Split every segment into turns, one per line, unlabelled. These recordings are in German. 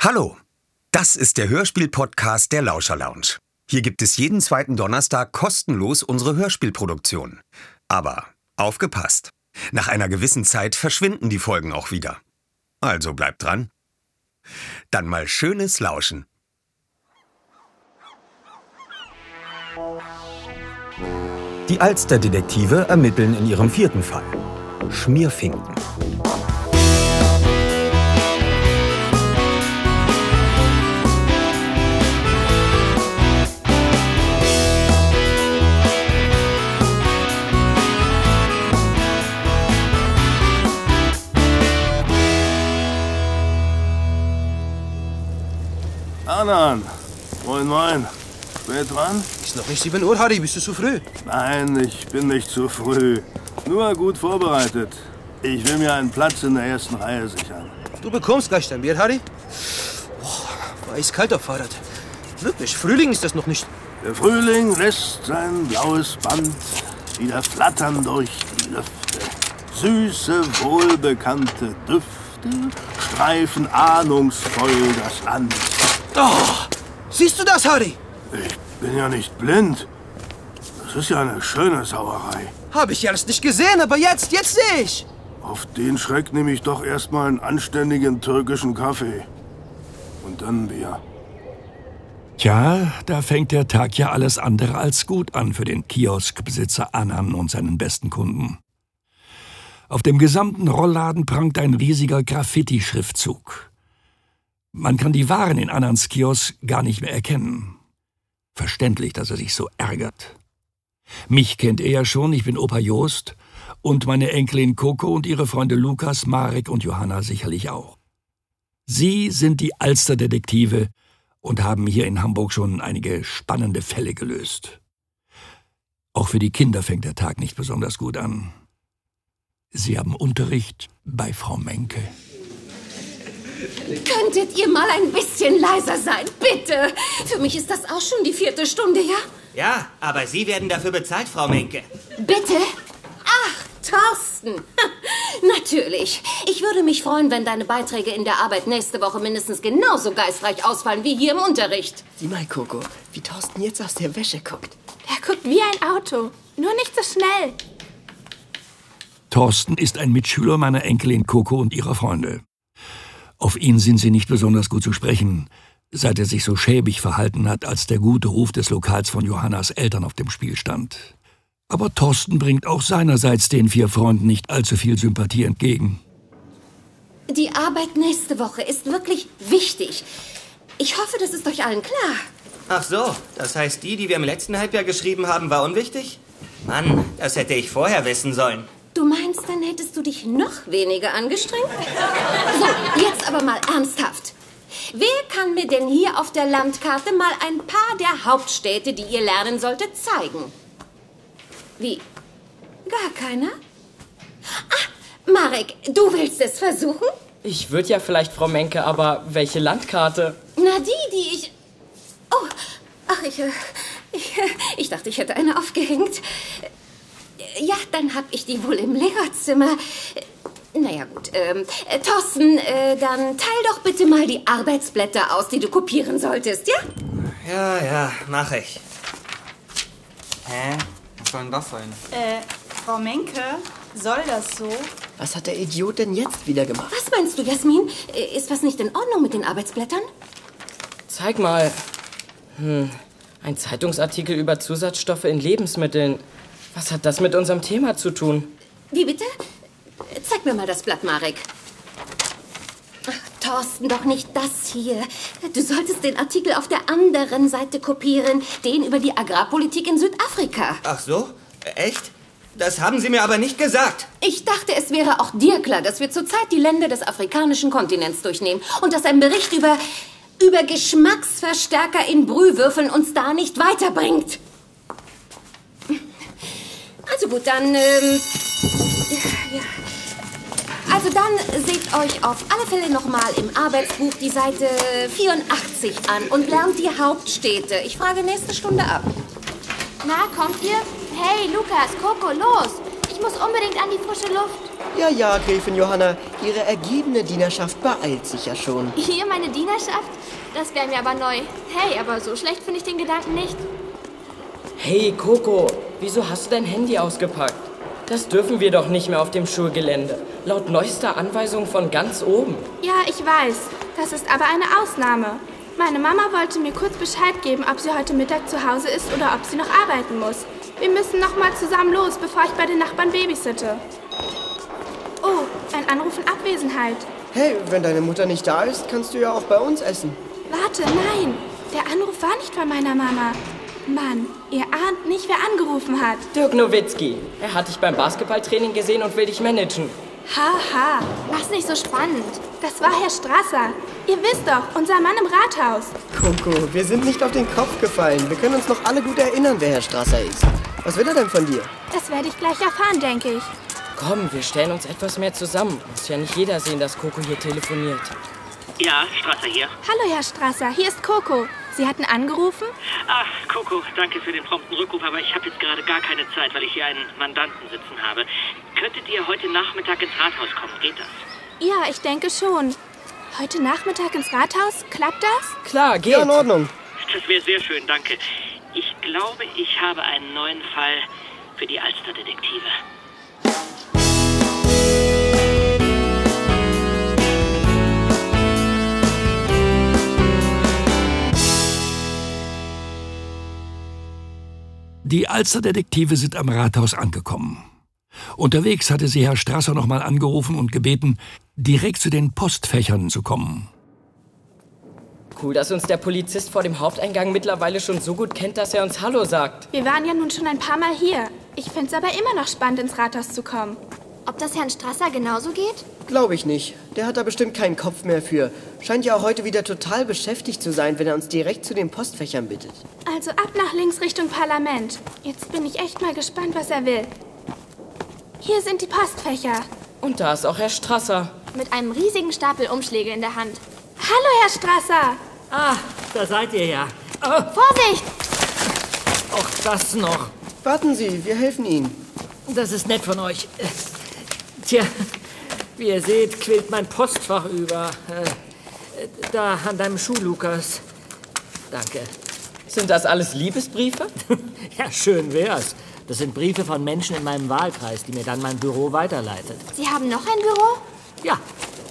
Hallo, das ist der Hörspiel-Podcast der Lauscher Lounge. Hier gibt es jeden zweiten Donnerstag kostenlos unsere Hörspielproduktion. Aber aufgepasst, nach einer gewissen Zeit verschwinden die Folgen auch wieder. Also bleibt dran. Dann mal schönes Lauschen. Die Alsterdetektive ermitteln in ihrem vierten Fall. Schmierfinken.
Anan, moin moin. Spät dran?
Ist noch nicht 7 Uhr, Harry, bist du zu früh?
Nein, ich bin nicht zu früh. Nur gut vorbereitet. Ich will mir einen Platz in der ersten Reihe sichern.
Du bekommst gleich dein Bier, Harry. Boah, war eiskalt auf Fahrrad. Wirklich, Frühling ist das noch nicht.
Der Frühling lässt sein blaues Band wieder flattern durch die Lüfte. Süße, wohlbekannte Düfte streifen ahnungsvoll das Land.
Oh, siehst du das, Harry?
Ich bin ja nicht blind. Das ist ja eine schöne Sauerei.
Habe ich alles nicht gesehen, aber jetzt, jetzt sehe ich.
Auf den Schreck nehme ich doch erstmal einen anständigen türkischen Kaffee. Und dann Bier.
Tja, da fängt der Tag ja alles andere als gut an für den Kioskbesitzer Anan und seinen besten Kunden. Auf dem gesamten Rollladen prangt ein riesiger Graffiti-Schriftzug. Man kann die Waren in Anans Kiosk gar nicht mehr erkennen. Verständlich, dass er sich so ärgert. Mich kennt er ja schon, ich bin Opa Joost und meine Enkelin Coco und ihre Freunde Lukas, Marek und Johanna sicherlich auch. Sie sind die Alsterdetektive und haben hier in Hamburg schon einige spannende Fälle gelöst. Auch für die Kinder fängt der Tag nicht besonders gut an. Sie haben Unterricht bei Frau Menke.
Könntet ihr mal ein bisschen leiser sein, bitte? Für mich ist das auch schon die vierte Stunde, ja?
Ja, aber Sie werden dafür bezahlt, Frau Menke.
Bitte? Ach, Thorsten! Natürlich. Ich würde mich freuen, wenn deine Beiträge in der Arbeit nächste Woche mindestens genauso geistreich ausfallen wie hier im Unterricht.
Sieh mal, Coco, wie Thorsten jetzt aus der Wäsche guckt.
Er guckt wie ein Auto, nur nicht so schnell.
Thorsten ist ein Mitschüler meiner Enkelin Coco und ihrer Freunde. Auf ihn sind sie nicht besonders gut zu sprechen, seit er sich so schäbig verhalten hat, als der gute Ruf des Lokals von Johannas Eltern auf dem Spiel stand. Aber Thorsten bringt auch seinerseits den vier Freunden nicht allzu viel Sympathie entgegen.
Die Arbeit nächste Woche ist wirklich wichtig. Ich hoffe, das ist euch allen klar.
Ach so, das heißt, die, die wir im letzten Halbjahr geschrieben haben, war unwichtig? Mann, das hätte ich vorher wissen sollen.
Du meinst, dann hättest du dich noch weniger angestrengt? So, jetzt aber mal ernsthaft. Wer kann mir denn hier auf der Landkarte mal ein paar der Hauptstädte, die ihr lernen solltet, zeigen? Wie? Gar keiner? Ah, Marek, du willst es versuchen?
Ich würde ja vielleicht, Frau Menke, aber welche Landkarte?
Na, die, die ich. Oh, ach, ich. äh, Ich, äh, ich dachte, ich hätte eine aufgehängt. Äh, Ja, dann hab ich die wohl im Lehrerzimmer. Äh, Naja, gut. Ähm, äh, Thorsten, äh, dann teil doch bitte mal die Arbeitsblätter aus, die du kopieren solltest, ja?
Ja, ja, mach ich.
Hä? Was soll denn das sein?
Äh, Frau Menke, soll das so?
Was hat der Idiot denn jetzt wieder gemacht?
Was meinst du, Jasmin? Äh, Ist was nicht in Ordnung mit den Arbeitsblättern?
Zeig mal. Hm, ein Zeitungsartikel über Zusatzstoffe in Lebensmitteln. Was hat das mit unserem Thema zu tun?
Wie bitte? Zeig mir mal das Blatt, Marek. Ach, Thorsten, doch nicht das hier. Du solltest den Artikel auf der anderen Seite kopieren, den über die Agrarpolitik in Südafrika.
Ach so? Echt? Das haben Sie mir aber nicht gesagt.
Ich dachte, es wäre auch dir klar, dass wir zurzeit die Länder des afrikanischen Kontinents durchnehmen und dass ein Bericht über über Geschmacksverstärker in Brühwürfeln uns da nicht weiterbringt. Also gut, dann ähm, ja, ja. Also dann seht euch auf alle Fälle nochmal im Arbeitsbuch die Seite 84 an und lernt die Hauptstädte. Ich frage nächste Stunde ab.
Na, kommt ihr? Hey, Lukas, Coco, los! Ich
muss unbedingt an die frische Luft.
Ja, ja, Gräfin Johanna, Ihre ergebene Dienerschaft beeilt sich ja schon.
Hier meine Dienerschaft? Das wäre mir aber neu. Hey, aber so schlecht finde ich den Gedanken nicht.
Hey, Coco, wieso hast du dein Handy ausgepackt? Das dürfen wir doch nicht mehr auf dem Schulgelände. Laut neuester Anweisung von ganz oben.
Ja, ich weiß. Das ist aber eine Ausnahme. Meine Mama wollte mir kurz Bescheid geben, ob sie heute Mittag zu Hause ist oder ob sie noch arbeiten muss. Wir müssen noch mal zusammen los, bevor ich bei den Nachbarn babysitte. Oh, ein Anruf in Abwesenheit.
Hey, wenn deine Mutter nicht da ist, kannst du ja auch bei uns essen.
Warte, nein. Der Anruf war nicht von meiner Mama. Mann, ihr ahnt nicht, wer angerufen hat.
Dirk Nowitzki, er hat dich beim Basketballtraining gesehen und will dich managen.
Haha, mach's nicht so spannend. Das war Herr Strasser. Ihr wisst doch, unser Mann im Rathaus.
Coco, wir sind nicht auf den Kopf gefallen. Wir können uns noch alle gut erinnern, wer Herr Strasser ist. Was will er denn von dir?
Das werde ich gleich erfahren, denke ich.
Komm, wir stellen uns etwas mehr zusammen. Muss ja nicht jeder sehen, dass Coco hier telefoniert.
Ja, Strasser hier.
Hallo, Herr Strasser, hier ist Coco. Sie hatten angerufen?
Ach, Coco, danke für den prompten Rückruf, aber ich habe jetzt gerade gar keine Zeit, weil ich hier einen Mandanten sitzen habe. Könntet ihr heute Nachmittag ins Rathaus kommen? Geht das?
Ja, ich denke schon. Heute Nachmittag ins Rathaus? Klappt das?
Klar, geht.
in Ordnung.
Das wäre sehr schön, danke. Ich glaube, ich habe einen neuen Fall für die Alsterdetektive.
Die Alsterdetektive sind am Rathaus angekommen. Unterwegs hatte sie Herr Strasser nochmal angerufen und gebeten, direkt zu den Postfächern zu kommen.
Cool, dass uns der Polizist vor dem Haupteingang mittlerweile schon so gut kennt, dass er uns Hallo sagt.
Wir waren ja nun schon ein paar Mal hier. Ich find's aber immer noch spannend, ins Rathaus zu kommen.
Ob das Herrn Strasser genauso geht?
Glaube ich nicht. Der hat da bestimmt keinen Kopf mehr für. Scheint ja auch heute wieder total beschäftigt zu sein, wenn er uns direkt zu den Postfächern bittet.
Also ab nach links Richtung Parlament. Jetzt bin ich echt mal gespannt, was er will. Hier sind die Postfächer.
Und da ist auch Herr Strasser.
Mit einem riesigen Stapel Umschläge in der Hand.
Hallo, Herr Strasser.
Ah, da seid ihr ja. Ah,
Vorsicht!
auch das noch.
Warten Sie, wir helfen Ihnen.
Das ist nett von euch. Äh, Tja, wie ihr seht, quillt mein Postfach über. Äh, äh, Da an deinem Schuh, Lukas. Danke.
Sind das alles Liebesbriefe?
ja, schön wär's. Das sind Briefe von Menschen in meinem Wahlkreis, die mir dann mein Büro weiterleitet.
Sie haben noch ein Büro?
Ja,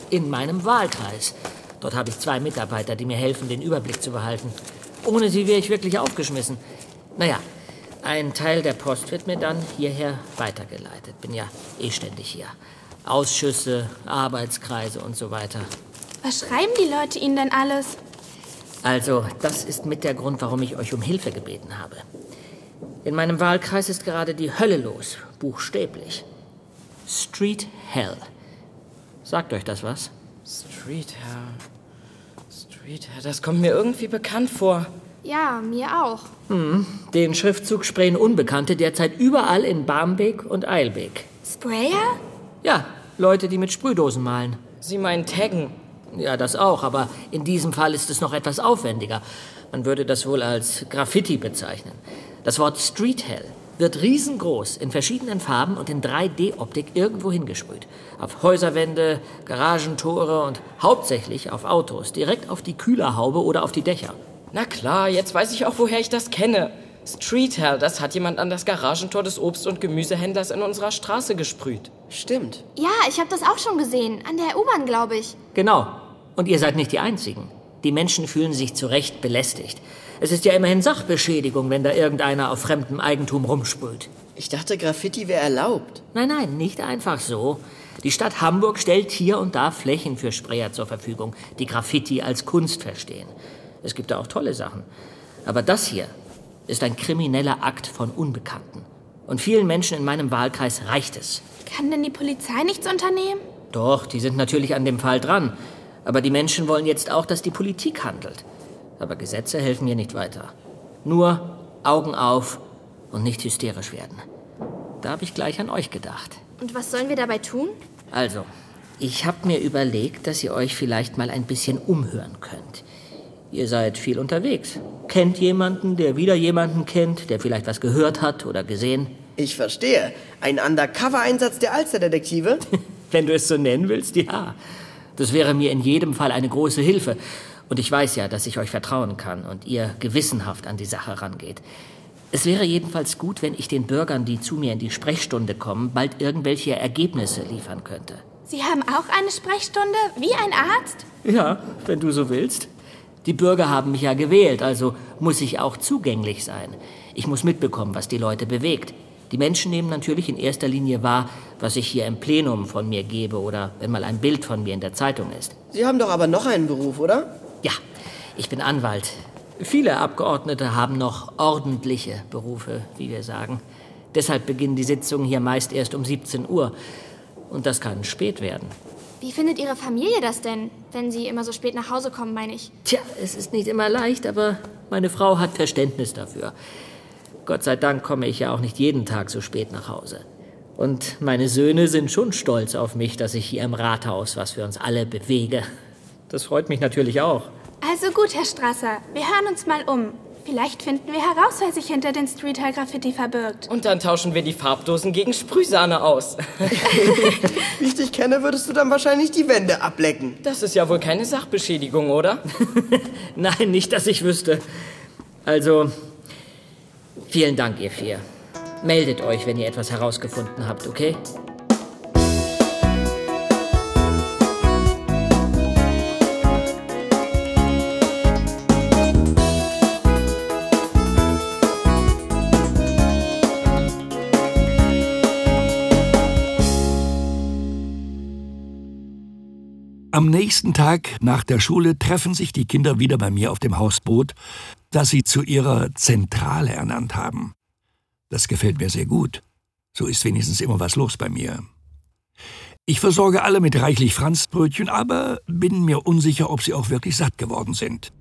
in meinem Wahlkreis. Dort habe ich zwei Mitarbeiter, die mir helfen, den Überblick zu behalten. Ohne sie wäre ich wirklich aufgeschmissen. Naja, ein Teil der Post wird mir dann hierher weitergeleitet. Bin ja eh ständig hier. Ausschüsse, Arbeitskreise und so weiter.
Was schreiben die Leute Ihnen denn alles?
Also, das ist mit der Grund, warum ich euch um Hilfe gebeten habe. In meinem Wahlkreis ist gerade die Hölle los, buchstäblich. Street Hell. Sagt euch das was?
Street Herr. Street Herr, das kommt mir irgendwie bekannt vor.
Ja, mir auch.
Hm, den Schriftzug sprayen Unbekannte derzeit überall in Barmbek und Eilbek.
Sprayer?
Ja, Leute, die mit Sprühdosen malen.
Sie meinen taggen?
Ja, das auch, aber in diesem Fall ist es noch etwas aufwendiger. Man würde das wohl als Graffiti bezeichnen. Das Wort Street Hell wird riesengroß in verschiedenen Farben und in 3D-Optik irgendwo hingesprüht. Auf Häuserwände, Garagentore und hauptsächlich auf Autos, direkt auf die Kühlerhaube oder auf die Dächer.
Na klar, jetzt weiß ich auch, woher ich das kenne. Street Herr, das hat jemand an das Garagentor des Obst- und Gemüsehändlers in unserer Straße gesprüht.
Stimmt.
Ja, ich habe das auch schon gesehen. An der U-Bahn, glaube ich.
Genau. Und ihr seid nicht die Einzigen. Die Menschen fühlen sich zu Recht belästigt. Es ist ja immerhin Sachbeschädigung, wenn da irgendeiner auf fremdem Eigentum rumsprüht.
Ich dachte, Graffiti wäre erlaubt.
Nein, nein, nicht einfach so. Die Stadt Hamburg stellt hier und da Flächen für Sprayer zur Verfügung, die Graffiti als Kunst verstehen. Es gibt da auch tolle Sachen. Aber das hier ist ein krimineller Akt von Unbekannten. Und vielen Menschen in meinem Wahlkreis reicht es.
Kann denn die Polizei nichts unternehmen?
Doch, die sind natürlich an dem Fall dran. Aber die Menschen wollen jetzt auch, dass die Politik handelt. Aber Gesetze helfen mir nicht weiter. Nur Augen auf und nicht hysterisch werden. Da habe ich gleich an euch gedacht.
Und was sollen wir dabei tun?
Also, ich habe mir überlegt, dass ihr euch vielleicht mal ein bisschen umhören könnt. Ihr seid viel unterwegs. Kennt jemanden, der wieder jemanden kennt, der vielleicht was gehört hat oder gesehen.
Ich verstehe. Ein Undercover-Einsatz der Alsterdetektive?
Wenn du es so nennen willst, ja. Das wäre mir in jedem Fall eine große Hilfe. Und ich weiß ja, dass ich euch vertrauen kann und ihr gewissenhaft an die Sache rangeht. Es wäre jedenfalls gut, wenn ich den Bürgern, die zu mir in die Sprechstunde kommen, bald irgendwelche Ergebnisse liefern könnte.
Sie haben auch eine Sprechstunde? Wie ein Arzt?
Ja, wenn du so willst. Die Bürger haben mich ja gewählt, also muss ich auch zugänglich sein. Ich muss mitbekommen, was die Leute bewegt. Die Menschen nehmen natürlich in erster Linie wahr, was ich hier im Plenum von mir gebe oder wenn mal ein Bild von mir in der Zeitung ist.
Sie haben doch aber noch einen Beruf, oder?
Ja, ich bin Anwalt. Viele Abgeordnete haben noch ordentliche Berufe, wie wir sagen. Deshalb beginnen die Sitzungen hier meist erst um 17 Uhr. Und das kann spät werden.
Wie findet Ihre Familie das denn, wenn Sie immer so spät nach Hause kommen, meine ich?
Tja, es ist nicht immer leicht, aber meine Frau hat Verständnis dafür. Gott sei Dank komme ich ja auch nicht jeden Tag so spät nach Hause. Und meine Söhne sind schon stolz auf mich, dass ich hier im Rathaus was für uns alle bewege. Das freut mich natürlich auch.
Also gut, Herr Strasser, wir hören uns mal um. Vielleicht finden wir heraus, wer sich hinter den Streeter Graffiti verbirgt.
Und dann tauschen wir die Farbdosen gegen Sprühsahne aus.
Wie ich dich kenne, würdest du dann wahrscheinlich die Wände ablecken.
Das ist ja wohl keine Sachbeschädigung, oder?
Nein, nicht, dass ich wüsste. Also, vielen Dank, ihr vier. Meldet euch, wenn ihr etwas herausgefunden habt, okay?
Am nächsten Tag nach der Schule treffen sich die Kinder wieder bei mir auf dem Hausboot, das sie zu ihrer Zentrale ernannt haben. Das gefällt mir sehr gut. So ist wenigstens immer was los bei mir. Ich versorge alle mit reichlich Franzbrötchen, aber bin mir unsicher, ob sie auch wirklich satt geworden sind.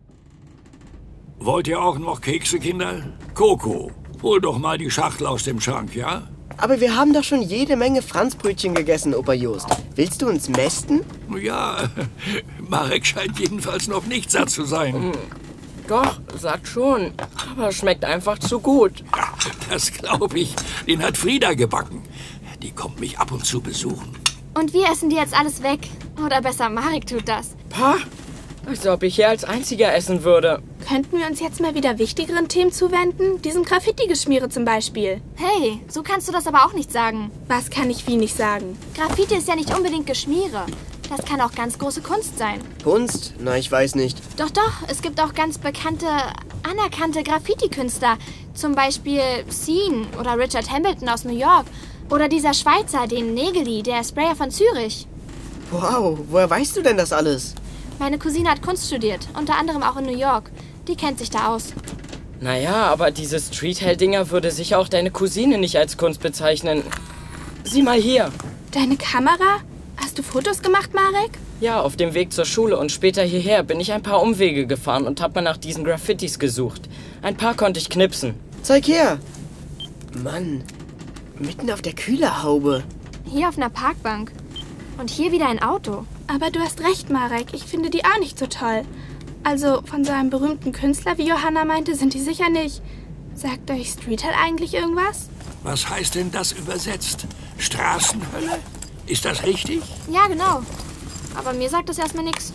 Wollt ihr auch noch Kekse, Kinder? Coco, hol doch mal die Schachtel aus dem Schrank, ja?
Aber wir haben doch schon jede Menge Franzbrötchen gegessen, Opa Jost. Willst du uns mästen?
Ja, Marek scheint jedenfalls noch nicht satt zu sein.
Doch, sagt schon. Aber schmeckt einfach zu gut.
Ja, das glaube ich. Den hat Frieda gebacken. Die kommt mich ab und zu besuchen.
Und wir essen die jetzt alles weg. Oder besser, Marek tut das.
Pa, als ob ich hier als Einziger essen würde.
Könnten wir uns jetzt mal wieder wichtigeren Themen zuwenden? Diesem Graffiti-Geschmiere zum Beispiel.
Hey, so kannst du das aber auch nicht sagen.
Was kann ich wie nicht sagen?
Graffiti ist ja nicht unbedingt Geschmiere. Das kann auch ganz große Kunst sein.
Kunst? Na, ich weiß nicht.
Doch, doch, es gibt auch ganz bekannte, anerkannte Graffiti-Künstler. Zum Beispiel Scene oder Richard Hamilton aus New York. Oder dieser Schweizer, den Negeli, der Sprayer von Zürich.
Wow, woher weißt du denn das alles?
Meine Cousine hat Kunst studiert, unter anderem auch in New York. Die kennt sich da aus.
Naja, aber diese Street-Hell-Dinger würde sicher auch deine Cousine nicht als Kunst bezeichnen. Sieh mal hier.
Deine Kamera? Hast du Fotos gemacht, Marek?
Ja, auf dem Weg zur Schule und später hierher bin ich ein paar Umwege gefahren und hab mal nach diesen Graffitis gesucht. Ein paar konnte ich knipsen.
Zeig her! Mann, mitten auf der Kühlerhaube.
Hier auf einer Parkbank. Und hier wieder ein Auto.
Aber du hast recht, Marek. Ich finde die auch nicht so toll. Also von so einem berühmten Künstler, wie Johanna meinte, sind die sicher nicht. Sagt euch Streetal eigentlich irgendwas?
Was heißt denn das übersetzt? Straßenhölle? Ist das richtig?
Ja, genau. Aber mir sagt das erstmal nichts.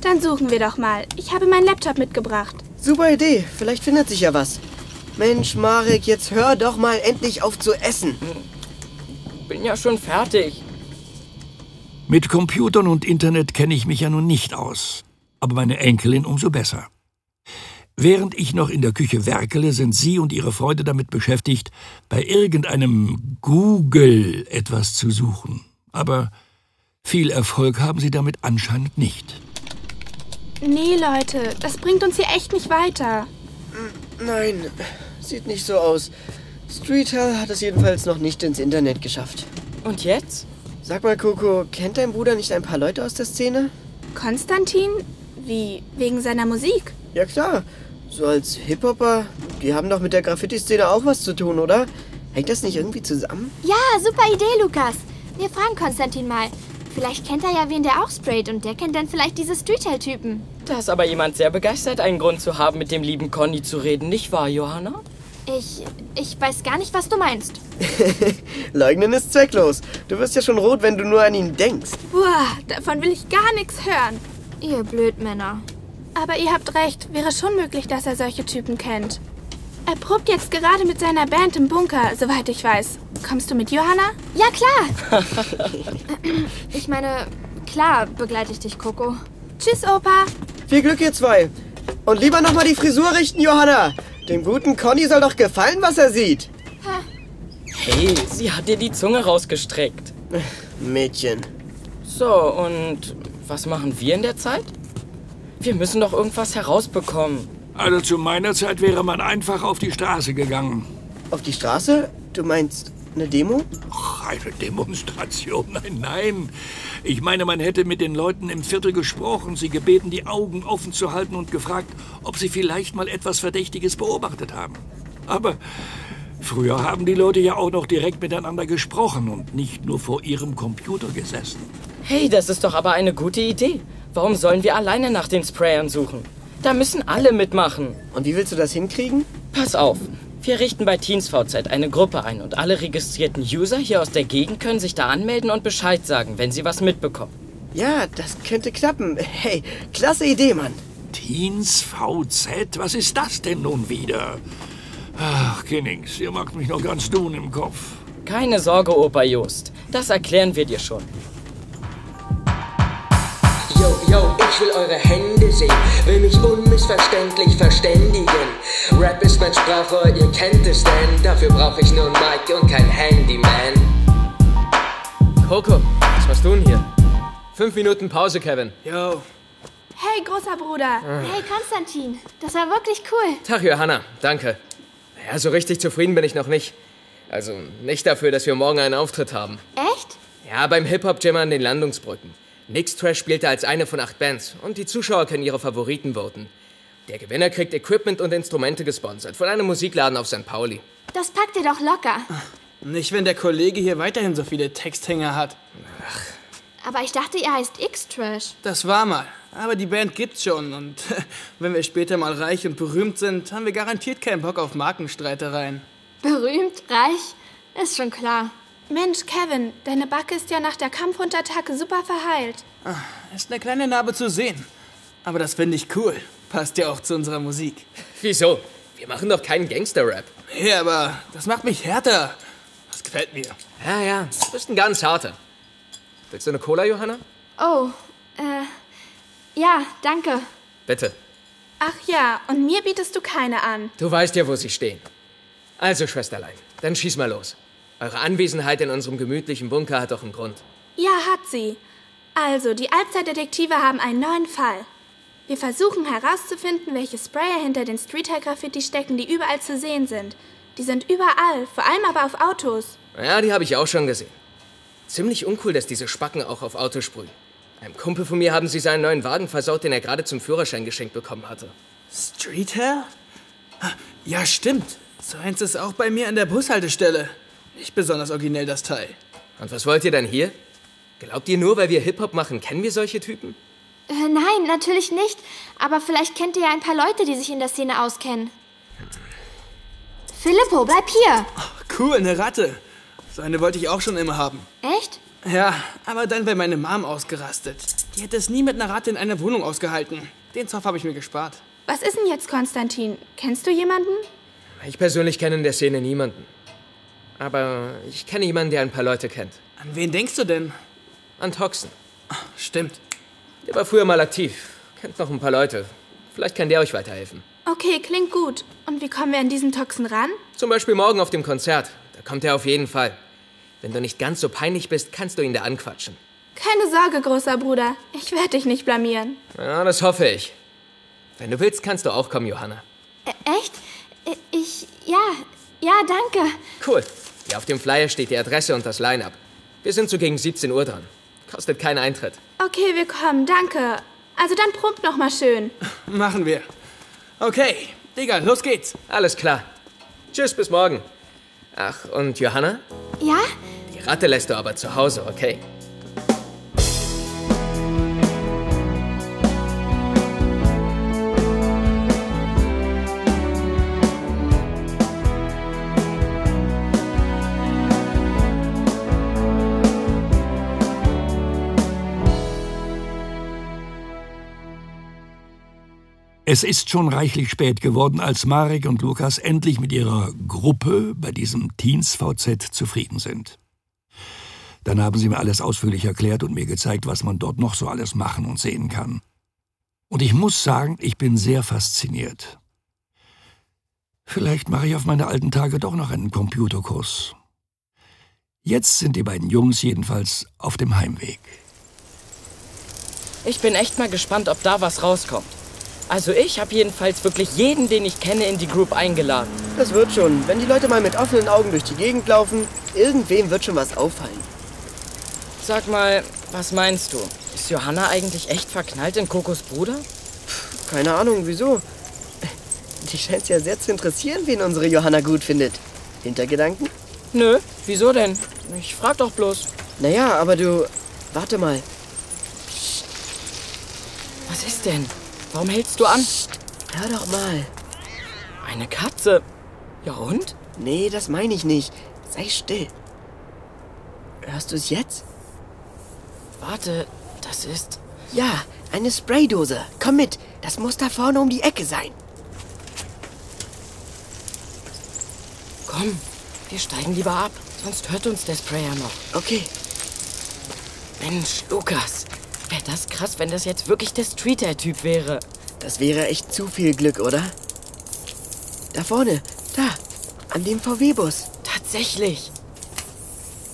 Dann suchen wir doch mal. Ich habe meinen Laptop mitgebracht.
Super Idee. Vielleicht findet sich ja was. Mensch, Marek, jetzt hör doch mal endlich auf zu essen.
Bin ja schon fertig.
Mit Computern und Internet kenne ich mich ja nun nicht aus, aber meine Enkelin umso besser. Während ich noch in der Küche werkele, sind sie und ihre Freunde damit beschäftigt, bei irgendeinem Google etwas zu suchen. Aber viel Erfolg haben sie damit anscheinend nicht.
Nee, Leute, das bringt uns hier echt nicht weiter.
Nein, sieht nicht so aus. Street Hell hat es jedenfalls noch nicht ins Internet geschafft.
Und jetzt?
Sag mal, Coco, kennt dein Bruder nicht ein paar Leute aus der Szene?
Konstantin? Wie? Wegen seiner Musik?
Ja klar. So als Hip-Hopper, die haben doch mit der Graffiti-Szene auch was zu tun, oder? Hängt das nicht irgendwie zusammen?
Ja, super Idee, Lukas. Wir fragen Konstantin mal. Vielleicht kennt er ja wen, der auch sprayt und der kennt dann vielleicht diese Streetel-Typen.
Da ist aber jemand sehr begeistert, einen Grund zu haben, mit dem lieben Conny zu reden, nicht wahr, Johanna?
Ich, ich weiß gar nicht, was du meinst.
Leugnen ist zwecklos. Du wirst ja schon rot, wenn du nur an ihn denkst.
Boah, davon will ich gar nichts hören.
Ihr Blödmänner.
Aber ihr habt recht, wäre schon möglich, dass er solche Typen kennt. Er probt jetzt gerade mit seiner Band im Bunker, soweit ich weiß. Kommst du mit, Johanna?
Ja, klar. ich meine, klar begleite ich dich, Coco.
Tschüss, Opa.
Viel Glück, ihr zwei. Und lieber nochmal die Frisur richten, Johanna. Dem guten Conny soll doch gefallen, was er sieht.
Hey, sie hat dir die Zunge rausgestreckt.
Mädchen.
So, und was machen wir in der Zeit? Wir müssen doch irgendwas herausbekommen.
Also zu meiner Zeit wäre man einfach auf die Straße gegangen.
Auf die Straße? Du meinst eine Demo?
Ach, eine Demonstration? Nein, nein. Ich meine, man hätte mit den Leuten im Viertel gesprochen, sie gebeten, die Augen offen zu halten und gefragt, ob sie vielleicht mal etwas Verdächtiges beobachtet haben. Aber früher haben die Leute ja auch noch direkt miteinander gesprochen und nicht nur vor ihrem Computer gesessen.
Hey, das ist doch aber eine gute Idee. Warum sollen wir alleine nach den Sprayern suchen? Da müssen alle mitmachen.
Und wie willst du das hinkriegen?
Pass auf. Wir richten bei Teens VZ eine Gruppe ein und alle registrierten User hier aus der Gegend können sich da anmelden und Bescheid sagen, wenn sie was mitbekommen.
Ja, das könnte klappen. Hey, klasse Idee, Mann.
Teens VZ? Was ist das denn nun wieder? Ach, Kinnings, ihr macht mich noch ganz dun im Kopf.
Keine Sorge, Opa Jost. Das erklären wir dir schon.
Yo, yo, ich will eure Hände sehen, will mich unmissverständlich verständigen. Rap ist mein Sprachrohr, ihr kennt es denn, dafür brauche ich nur ein Mic und kein Handyman.
Coco, was machst du denn hier? Fünf Minuten Pause, Kevin. Yo.
Hey, großer Bruder.
Hey, Konstantin. Das war wirklich cool.
Tag, Johanna. Danke. Ja, so richtig zufrieden bin ich noch nicht. Also nicht dafür, dass wir morgen einen Auftritt haben.
Echt?
Ja, beim Hip-Hop-Jam an den Landungsbrücken. Nix Trash spielte als eine von acht Bands und die Zuschauer können ihre Favoriten voten. Der Gewinner kriegt Equipment und Instrumente gesponsert von einem Musikladen auf St. Pauli.
Das packt ihr doch locker.
Nicht, wenn der Kollege hier weiterhin so viele Texthänger hat.
Aber ich dachte, ihr heißt X-Trash.
Das war mal. Aber die Band gibt's schon und wenn wir später mal reich und berühmt sind, haben wir garantiert keinen Bock auf Markenstreitereien.
Berühmt, reich, ist schon klar.
Mensch, Kevin, deine Backe ist ja nach der Kampfhundattacke super verheilt.
Ah, Ist eine kleine Narbe zu sehen. Aber das finde ich cool. Passt ja auch zu unserer Musik.
Wieso? Wir machen doch keinen Gangster-Rap.
Nee, aber das macht mich härter. Das gefällt mir.
Ja, ja, du bist ein ganz harter. Willst du eine Cola, Johanna?
Oh, äh. Ja, danke.
Bitte.
Ach ja, und mir bietest du keine an.
Du weißt ja, wo sie stehen. Also, Schwesterlein, dann schieß mal los. Eure Anwesenheit in unserem gemütlichen Bunker hat doch einen Grund.
Ja, hat sie. Also, die Alpzeit-Detektive haben einen neuen Fall. Wir versuchen herauszufinden, welche Sprayer hinter den Streeter-Graffiti stecken, die überall zu sehen sind. Die sind überall, vor allem aber auf Autos.
Ja, die habe ich auch schon gesehen. Ziemlich uncool, dass diese Spacken auch auf Autos sprühen. Einem Kumpel von mir haben sie seinen neuen Wagen versaut, den er gerade zum Führerschein geschenkt bekommen hatte.
Streeter? Ah, Ja, stimmt. So eins ist auch bei mir an der Bushaltestelle. Nicht besonders originell, das Teil.
Und was wollt ihr denn hier? Glaubt ihr nur, weil wir Hip-Hop machen, kennen wir solche Typen?
Äh, nein, natürlich nicht. Aber vielleicht kennt ihr ja ein paar Leute, die sich in der Szene auskennen. Filippo, bleib hier.
Cool, eine Ratte. So eine wollte ich auch schon immer haben.
Echt?
Ja, aber dann wäre meine Mom ausgerastet. Die hätte es nie mit einer Ratte in einer Wohnung ausgehalten. Den Zoff habe ich mir gespart.
Was ist denn jetzt, Konstantin? Kennst du jemanden?
Ich persönlich kenne in der Szene niemanden. Aber ich kenne jemanden, der ein paar Leute kennt.
An wen denkst du denn? Ah,
An Toxen.
Stimmt.
Der war früher mal aktiv. Kennt noch ein paar Leute. Vielleicht kann der euch weiterhelfen.
Okay, klingt gut. Und wie kommen wir an diesen Toxen ran?
Zum Beispiel morgen auf dem Konzert. Da kommt er auf jeden Fall. Wenn du nicht ganz so peinlich bist, kannst du ihn da anquatschen.
Keine Sorge, großer Bruder. Ich werde dich nicht blamieren.
Ja, das hoffe ich. Wenn du willst, kannst du auch kommen, Johanna.
Ä- echt? Äh, Ich. Ja. Ja, danke.
Cool. Hier auf dem Flyer steht die Adresse und das Line-Up. Wir sind so gegen 17 Uhr dran. Kostet keinen Eintritt.
Okay, wir kommen, danke. Also dann prompt noch mal schön.
Machen wir. Okay, Digga, los geht's.
Alles klar. Tschüss, bis morgen. Ach, und Johanna?
Ja?
Die Ratte lässt du aber zu Hause, okay?
Es ist schon reichlich spät geworden, als Marek und Lukas endlich mit ihrer Gruppe bei diesem Teens VZ zufrieden sind. Dann haben sie mir alles ausführlich erklärt und mir gezeigt, was man dort noch so alles machen und sehen kann. Und ich muss sagen, ich bin sehr fasziniert. Vielleicht mache ich auf meine alten Tage doch noch einen Computerkurs. Jetzt sind die beiden Jungs jedenfalls auf dem Heimweg.
Ich bin echt mal gespannt, ob da was rauskommt. Also ich habe jedenfalls wirklich jeden, den ich kenne, in die Group eingeladen.
Das wird schon. Wenn die Leute mal mit offenen Augen durch die Gegend laufen, irgendwem wird schon was auffallen.
Sag mal, was meinst du? Ist Johanna eigentlich echt verknallt in Kokos Bruder?
Keine Ahnung, wieso. Die scheint ja sehr zu interessieren, wen unsere Johanna gut findet. Hintergedanken?
Nö, wieso denn? Ich frag doch bloß.
Naja, aber du. Warte mal.
Was ist denn? Warum hältst du an?
Hör doch mal.
Eine Katze. Ja und?
Nee, das meine ich nicht. Sei still. Hörst du es jetzt?
Warte, das ist.
Ja, eine Spraydose. Komm mit. Das muss da vorne um die Ecke sein.
Komm, wir steigen lieber ab. Sonst hört uns der Sprayer noch.
Okay.
Mensch, Lukas. Wäre das krass, wenn das jetzt wirklich der Streeter-Typ wäre.
Das wäre echt zu viel Glück, oder? Da vorne. Da. An dem VW-Bus.
Tatsächlich.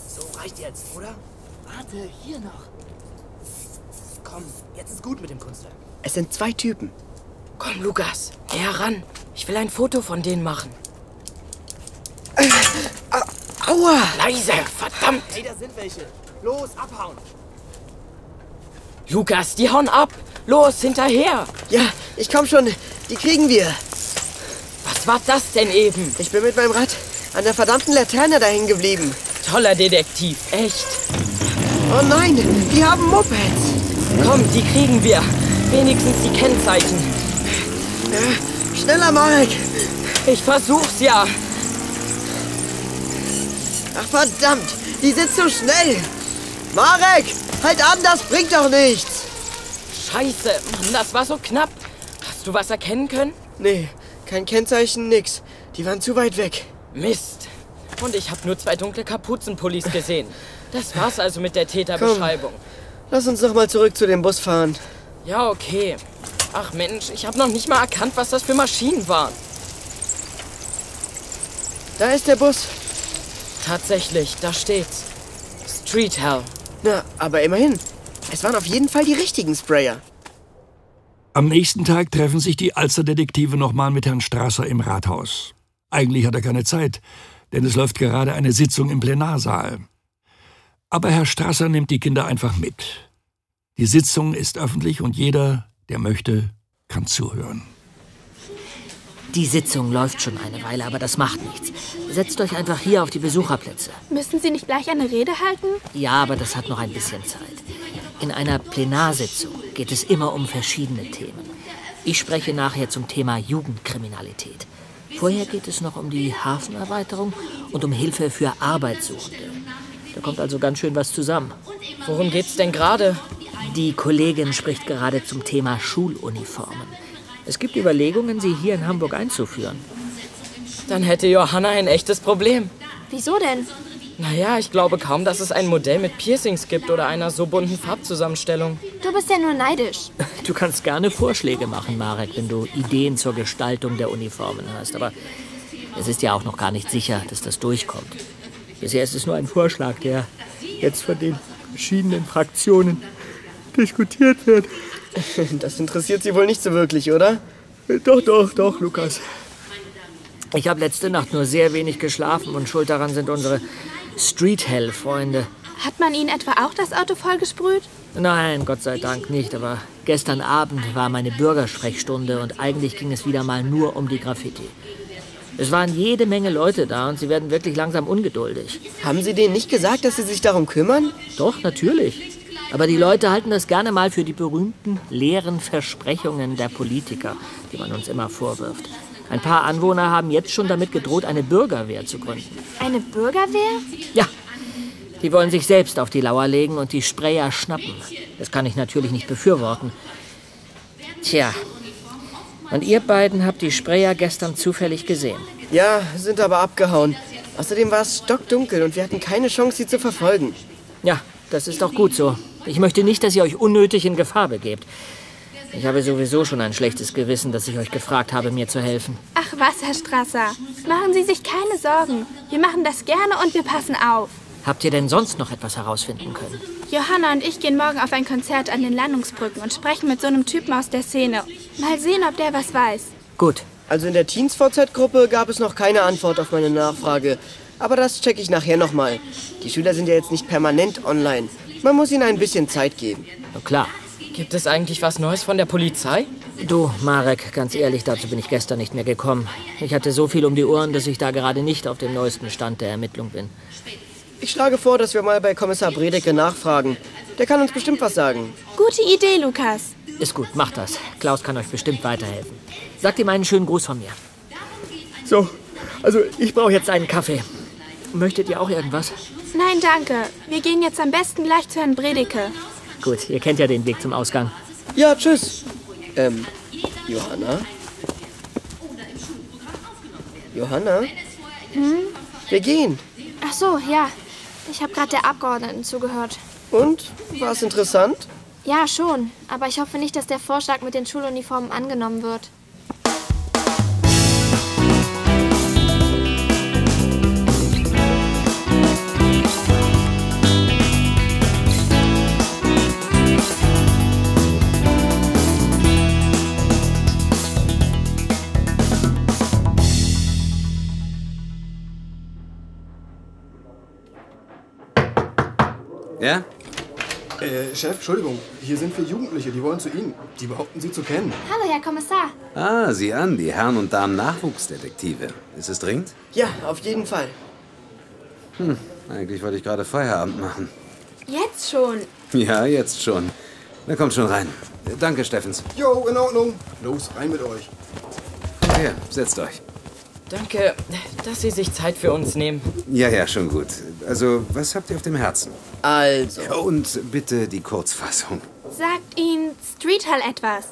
So reicht jetzt, oder?
Warte, hier noch. Komm, jetzt ist gut mit dem Kunstwerk.
Es sind zwei Typen.
Komm, Lukas. Näher ran. Ich will ein Foto von denen machen.
Äh,
Aua!
Leise, verdammt!
Hey, da sind welche. Los, abhauen.
Lukas, die hauen ab. Los, hinterher.
Ja, ich komm schon. Die kriegen wir.
Was war das denn eben?
Ich bin mit meinem Rad an der verdammten Laterne dahin geblieben.
Toller Detektiv, echt.
Oh nein, die haben Mopeds.
Komm, die kriegen wir. Wenigstens die Kennzeichen.
Ja, schneller, Marek.
Ich versuch's ja.
Ach verdammt, die sind so schnell. Marek, halt an, das bringt doch nichts.
Scheiße, Mann, das war so knapp. Hast du was erkennen können?
Nee, kein Kennzeichen, nix. Die waren zu weit weg.
Mist. Und ich habe nur zwei dunkle Kapuzenpullis gesehen. Das war's also mit der Täterbeschreibung.
Komm, lass uns noch mal zurück zu dem Bus fahren.
Ja, okay. Ach Mensch, ich habe noch nicht mal erkannt, was das für Maschinen waren.
Da ist der Bus.
Tatsächlich, da steht's. Street Hell.
Na, aber immerhin. Es waren auf jeden Fall die richtigen Sprayer.
Am nächsten Tag treffen sich die Alsterdetektive nochmal mit Herrn Strasser im Rathaus. Eigentlich hat er keine Zeit, denn es läuft gerade eine Sitzung im Plenarsaal. Aber Herr Strasser nimmt die Kinder einfach mit. Die Sitzung ist öffentlich und jeder, der möchte, kann zuhören.
Die Sitzung läuft schon eine Weile, aber das macht nichts. Setzt euch einfach hier auf die Besucherplätze.
Müssen Sie nicht gleich eine Rede halten?
Ja, aber das hat noch ein bisschen Zeit. In einer Plenarsitzung geht es immer um verschiedene Themen. Ich spreche nachher zum Thema Jugendkriminalität. Vorher geht es noch um die Hafenerweiterung und um Hilfe für Arbeitssuchende. Da kommt also ganz schön was zusammen.
Worum geht's denn gerade?
Die Kollegin spricht gerade zum Thema Schuluniformen. Es gibt Überlegungen, sie hier in Hamburg einzuführen.
Dann hätte Johanna ein echtes Problem.
Wieso denn?
Naja, ich glaube kaum, dass es ein Modell mit Piercings gibt oder einer so bunten Farbzusammenstellung.
Du bist ja nur neidisch.
Du kannst gerne Vorschläge machen, Marek, wenn du Ideen zur Gestaltung der Uniformen hast. Aber es ist ja auch noch gar nicht sicher, dass das durchkommt. Bisher ist es nur ein Vorschlag, der jetzt von den verschiedenen Fraktionen diskutiert wird.
Das interessiert Sie wohl nicht so wirklich, oder?
Doch, doch, doch, Lukas. Ich habe letzte Nacht nur sehr wenig geschlafen und schuld daran sind unsere Street Hell-Freunde.
Hat man Ihnen etwa auch das Auto vollgesprüht?
Nein, Gott sei Dank nicht, aber gestern Abend war meine Bürgersprechstunde und eigentlich ging es wieder mal nur um die Graffiti. Es waren jede Menge Leute da und sie werden wirklich langsam ungeduldig.
Haben Sie denen nicht gesagt, dass Sie sich darum kümmern?
Doch, natürlich. Aber die Leute halten das gerne mal für die berühmten leeren Versprechungen der Politiker, die man uns immer vorwirft. Ein paar Anwohner haben jetzt schon damit gedroht, eine Bürgerwehr zu gründen.
Eine Bürgerwehr?
Ja. Die wollen sich selbst auf die Lauer legen und die Sprayer schnappen. Das kann ich natürlich nicht befürworten. Tja, Und ihr beiden habt die Sprayer gestern zufällig gesehen.
Ja, sind aber abgehauen. Außerdem war es stockdunkel und wir hatten keine Chance, sie zu verfolgen.
Ja, das ist auch gut so. Ich möchte nicht, dass ihr euch unnötig in Gefahr begebt. Ich habe sowieso schon ein schlechtes Gewissen, dass ich euch gefragt habe, mir zu helfen.
Ach was, Herr Strasser, machen Sie sich keine Sorgen. Wir machen das gerne und wir passen auf.
Habt ihr denn sonst noch etwas herausfinden können?
Johanna und ich gehen morgen auf ein Konzert an den Landungsbrücken und sprechen mit so einem Typen aus der Szene. Mal sehen, ob der was weiß.
Gut.
Also in der Teens-VZ-Gruppe gab es noch keine Antwort auf meine Nachfrage. Aber das checke ich nachher nochmal. Die Schüler sind ja jetzt nicht permanent online. Man muss ihnen ein bisschen Zeit geben.
Na klar.
Gibt es eigentlich was Neues von der Polizei?
Du, Marek, ganz ehrlich, dazu bin ich gestern nicht mehr gekommen. Ich hatte so viel um die Ohren, dass ich da gerade nicht auf dem neuesten Stand der Ermittlung bin.
Ich schlage vor, dass wir mal bei Kommissar Bredeke nachfragen. Der kann uns bestimmt was sagen.
Gute Idee, Lukas.
Ist gut, macht das. Klaus kann euch bestimmt weiterhelfen. Sagt ihm einen schönen Gruß von mir.
So,
also ich brauche jetzt einen Kaffee. Möchtet ihr auch irgendwas?
Nein, danke. Wir gehen jetzt am besten gleich zu Herrn Bredeke.
Gut, ihr kennt ja den Weg zum Ausgang.
Ja, tschüss. Ähm, Johanna? Johanna?
Hm?
Wir gehen.
Ach so, ja. Ich habe gerade der Abgeordneten zugehört.
Und? War es interessant?
Ja, schon. Aber ich hoffe nicht, dass der Vorschlag mit den Schuluniformen angenommen wird.
Ja?
Äh, Chef, Entschuldigung, hier sind wir Jugendliche, die wollen zu Ihnen. Die behaupten, Sie zu kennen.
Hallo, Herr Kommissar.
Ah, sieh an, die Herren und Damen Nachwuchsdetektive. Ist es dringend?
Ja, auf jeden Fall.
Hm, eigentlich wollte ich gerade Feierabend machen.
Jetzt schon.
Ja, jetzt schon. Na, kommt schon rein. Äh, Danke, Steffens.
Jo, in Ordnung. Los, rein mit euch.
Kommt her, setzt euch.
Danke, dass Sie sich Zeit für uns nehmen.
Ja, ja, schon gut. Also, was habt ihr auf dem Herzen?
Also.
Und bitte die Kurzfassung.
Sagt Ihnen Street Hall etwas?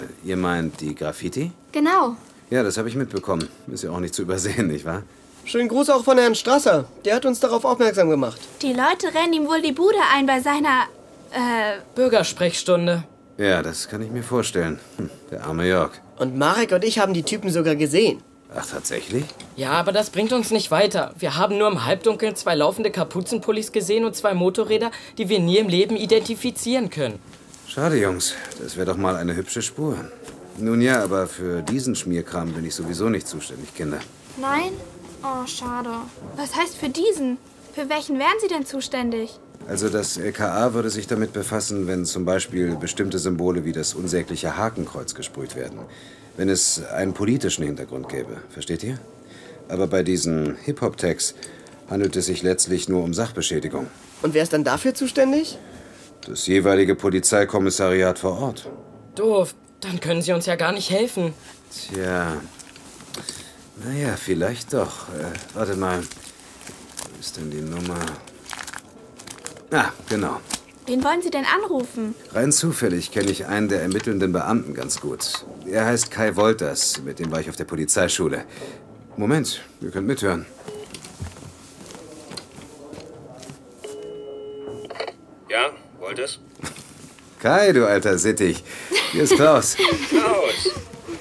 Äh, ihr meint die Graffiti?
Genau.
Ja, das habe ich mitbekommen. Ist ja auch nicht zu übersehen, nicht wahr?
Schönen Gruß auch von Herrn Strasser. Der hat uns darauf aufmerksam gemacht.
Die Leute rennen ihm wohl die Bude ein bei seiner. Äh,
Bürgersprechstunde.
Ja, das kann ich mir vorstellen. Hm, Der arme Jörg.
Und Marek und ich haben die Typen sogar gesehen.
Ach, tatsächlich?
Ja, aber das bringt uns nicht weiter. Wir haben nur im Halbdunkeln zwei laufende Kapuzenpullis gesehen und zwei Motorräder, die wir nie im Leben identifizieren können.
Schade, Jungs. Das wäre doch mal eine hübsche Spur. Nun ja, aber für diesen Schmierkram bin ich sowieso nicht zuständig, Kinder.
Nein? Oh, schade.
was heißt für diesen? Für welchen wären Sie denn zuständig?
Also das LKA würde sich damit befassen, wenn zum Beispiel bestimmte Symbole wie das unsägliche Hakenkreuz gesprüht werden. Wenn es einen politischen Hintergrund gäbe, versteht ihr? Aber bei diesen Hip-Hop-Tags handelt es sich letztlich nur um Sachbeschädigung.
Und wer ist dann dafür zuständig?
Das jeweilige Polizeikommissariat vor Ort.
Doof, dann können Sie uns ja gar nicht helfen.
Tja. Naja, vielleicht doch. Äh, warte mal. Wo ist denn die Nummer? Ah, genau.
Wen wollen Sie denn anrufen?
Rein zufällig kenne ich einen der ermittelnden Beamten ganz gut. Er heißt Kai Wolters, mit dem war ich auf der Polizeischule. Moment, ihr könnt mithören.
Ja, wollt es?
Kai, du alter Sittich. Hier ist Klaus.
Klaus!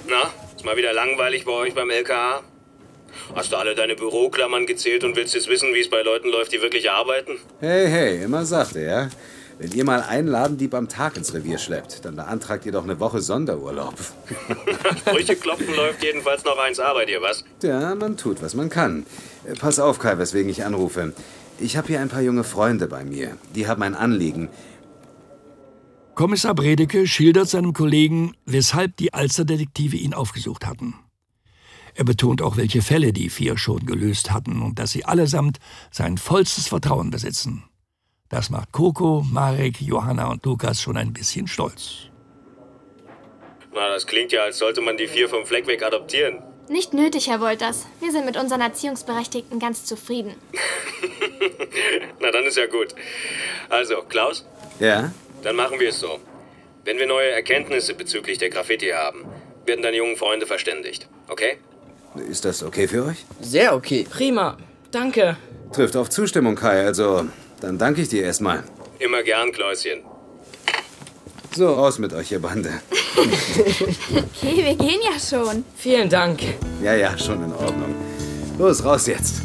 Na, ist mal wieder langweilig bei euch beim LKA? Hast du alle deine Büroklammern gezählt und willst jetzt wissen, wie es bei Leuten läuft, die wirklich arbeiten?
Hey, hey, immer sachte, ja? Wenn ihr mal einen Ladendieb am Tag ins Revier schleppt, dann beantragt ihr doch eine Woche Sonderurlaub.
Sprüche klopfen läuft jedenfalls noch 1A bei dir, was?
Ja, man tut, was man kann. Äh, Pass auf, Kai, weswegen ich anrufe. Ich habe hier ein paar junge Freunde bei mir. Die haben ein Anliegen.
Kommissar Bredeke schildert seinem Kollegen, weshalb die Alsterdetektive ihn aufgesucht hatten. Er betont auch, welche Fälle die vier schon gelöst hatten und dass sie allesamt sein vollstes Vertrauen besitzen. Das macht Coco, Marek, Johanna und Lukas schon ein bisschen stolz.
Na, das klingt ja, als sollte man die vier vom Fleck weg adoptieren.
Nicht nötig, Herr Wolters. Wir sind mit unseren Erziehungsberechtigten ganz zufrieden.
Na, dann ist ja gut. Also, Klaus,
Ja?
dann machen wir es so. Wenn wir neue Erkenntnisse bezüglich der Graffiti haben, werden deine jungen Freunde verständigt. Okay?
Ist das okay für euch?
Sehr okay.
Prima. Danke.
Trifft auf Zustimmung, Kai. Also, dann danke ich dir erstmal.
Immer gern, Kläuschen.
So, aus mit euch, ihr Bande.
Okay, wir gehen ja schon.
Vielen Dank.
Ja, ja, schon in Ordnung. Los, raus jetzt.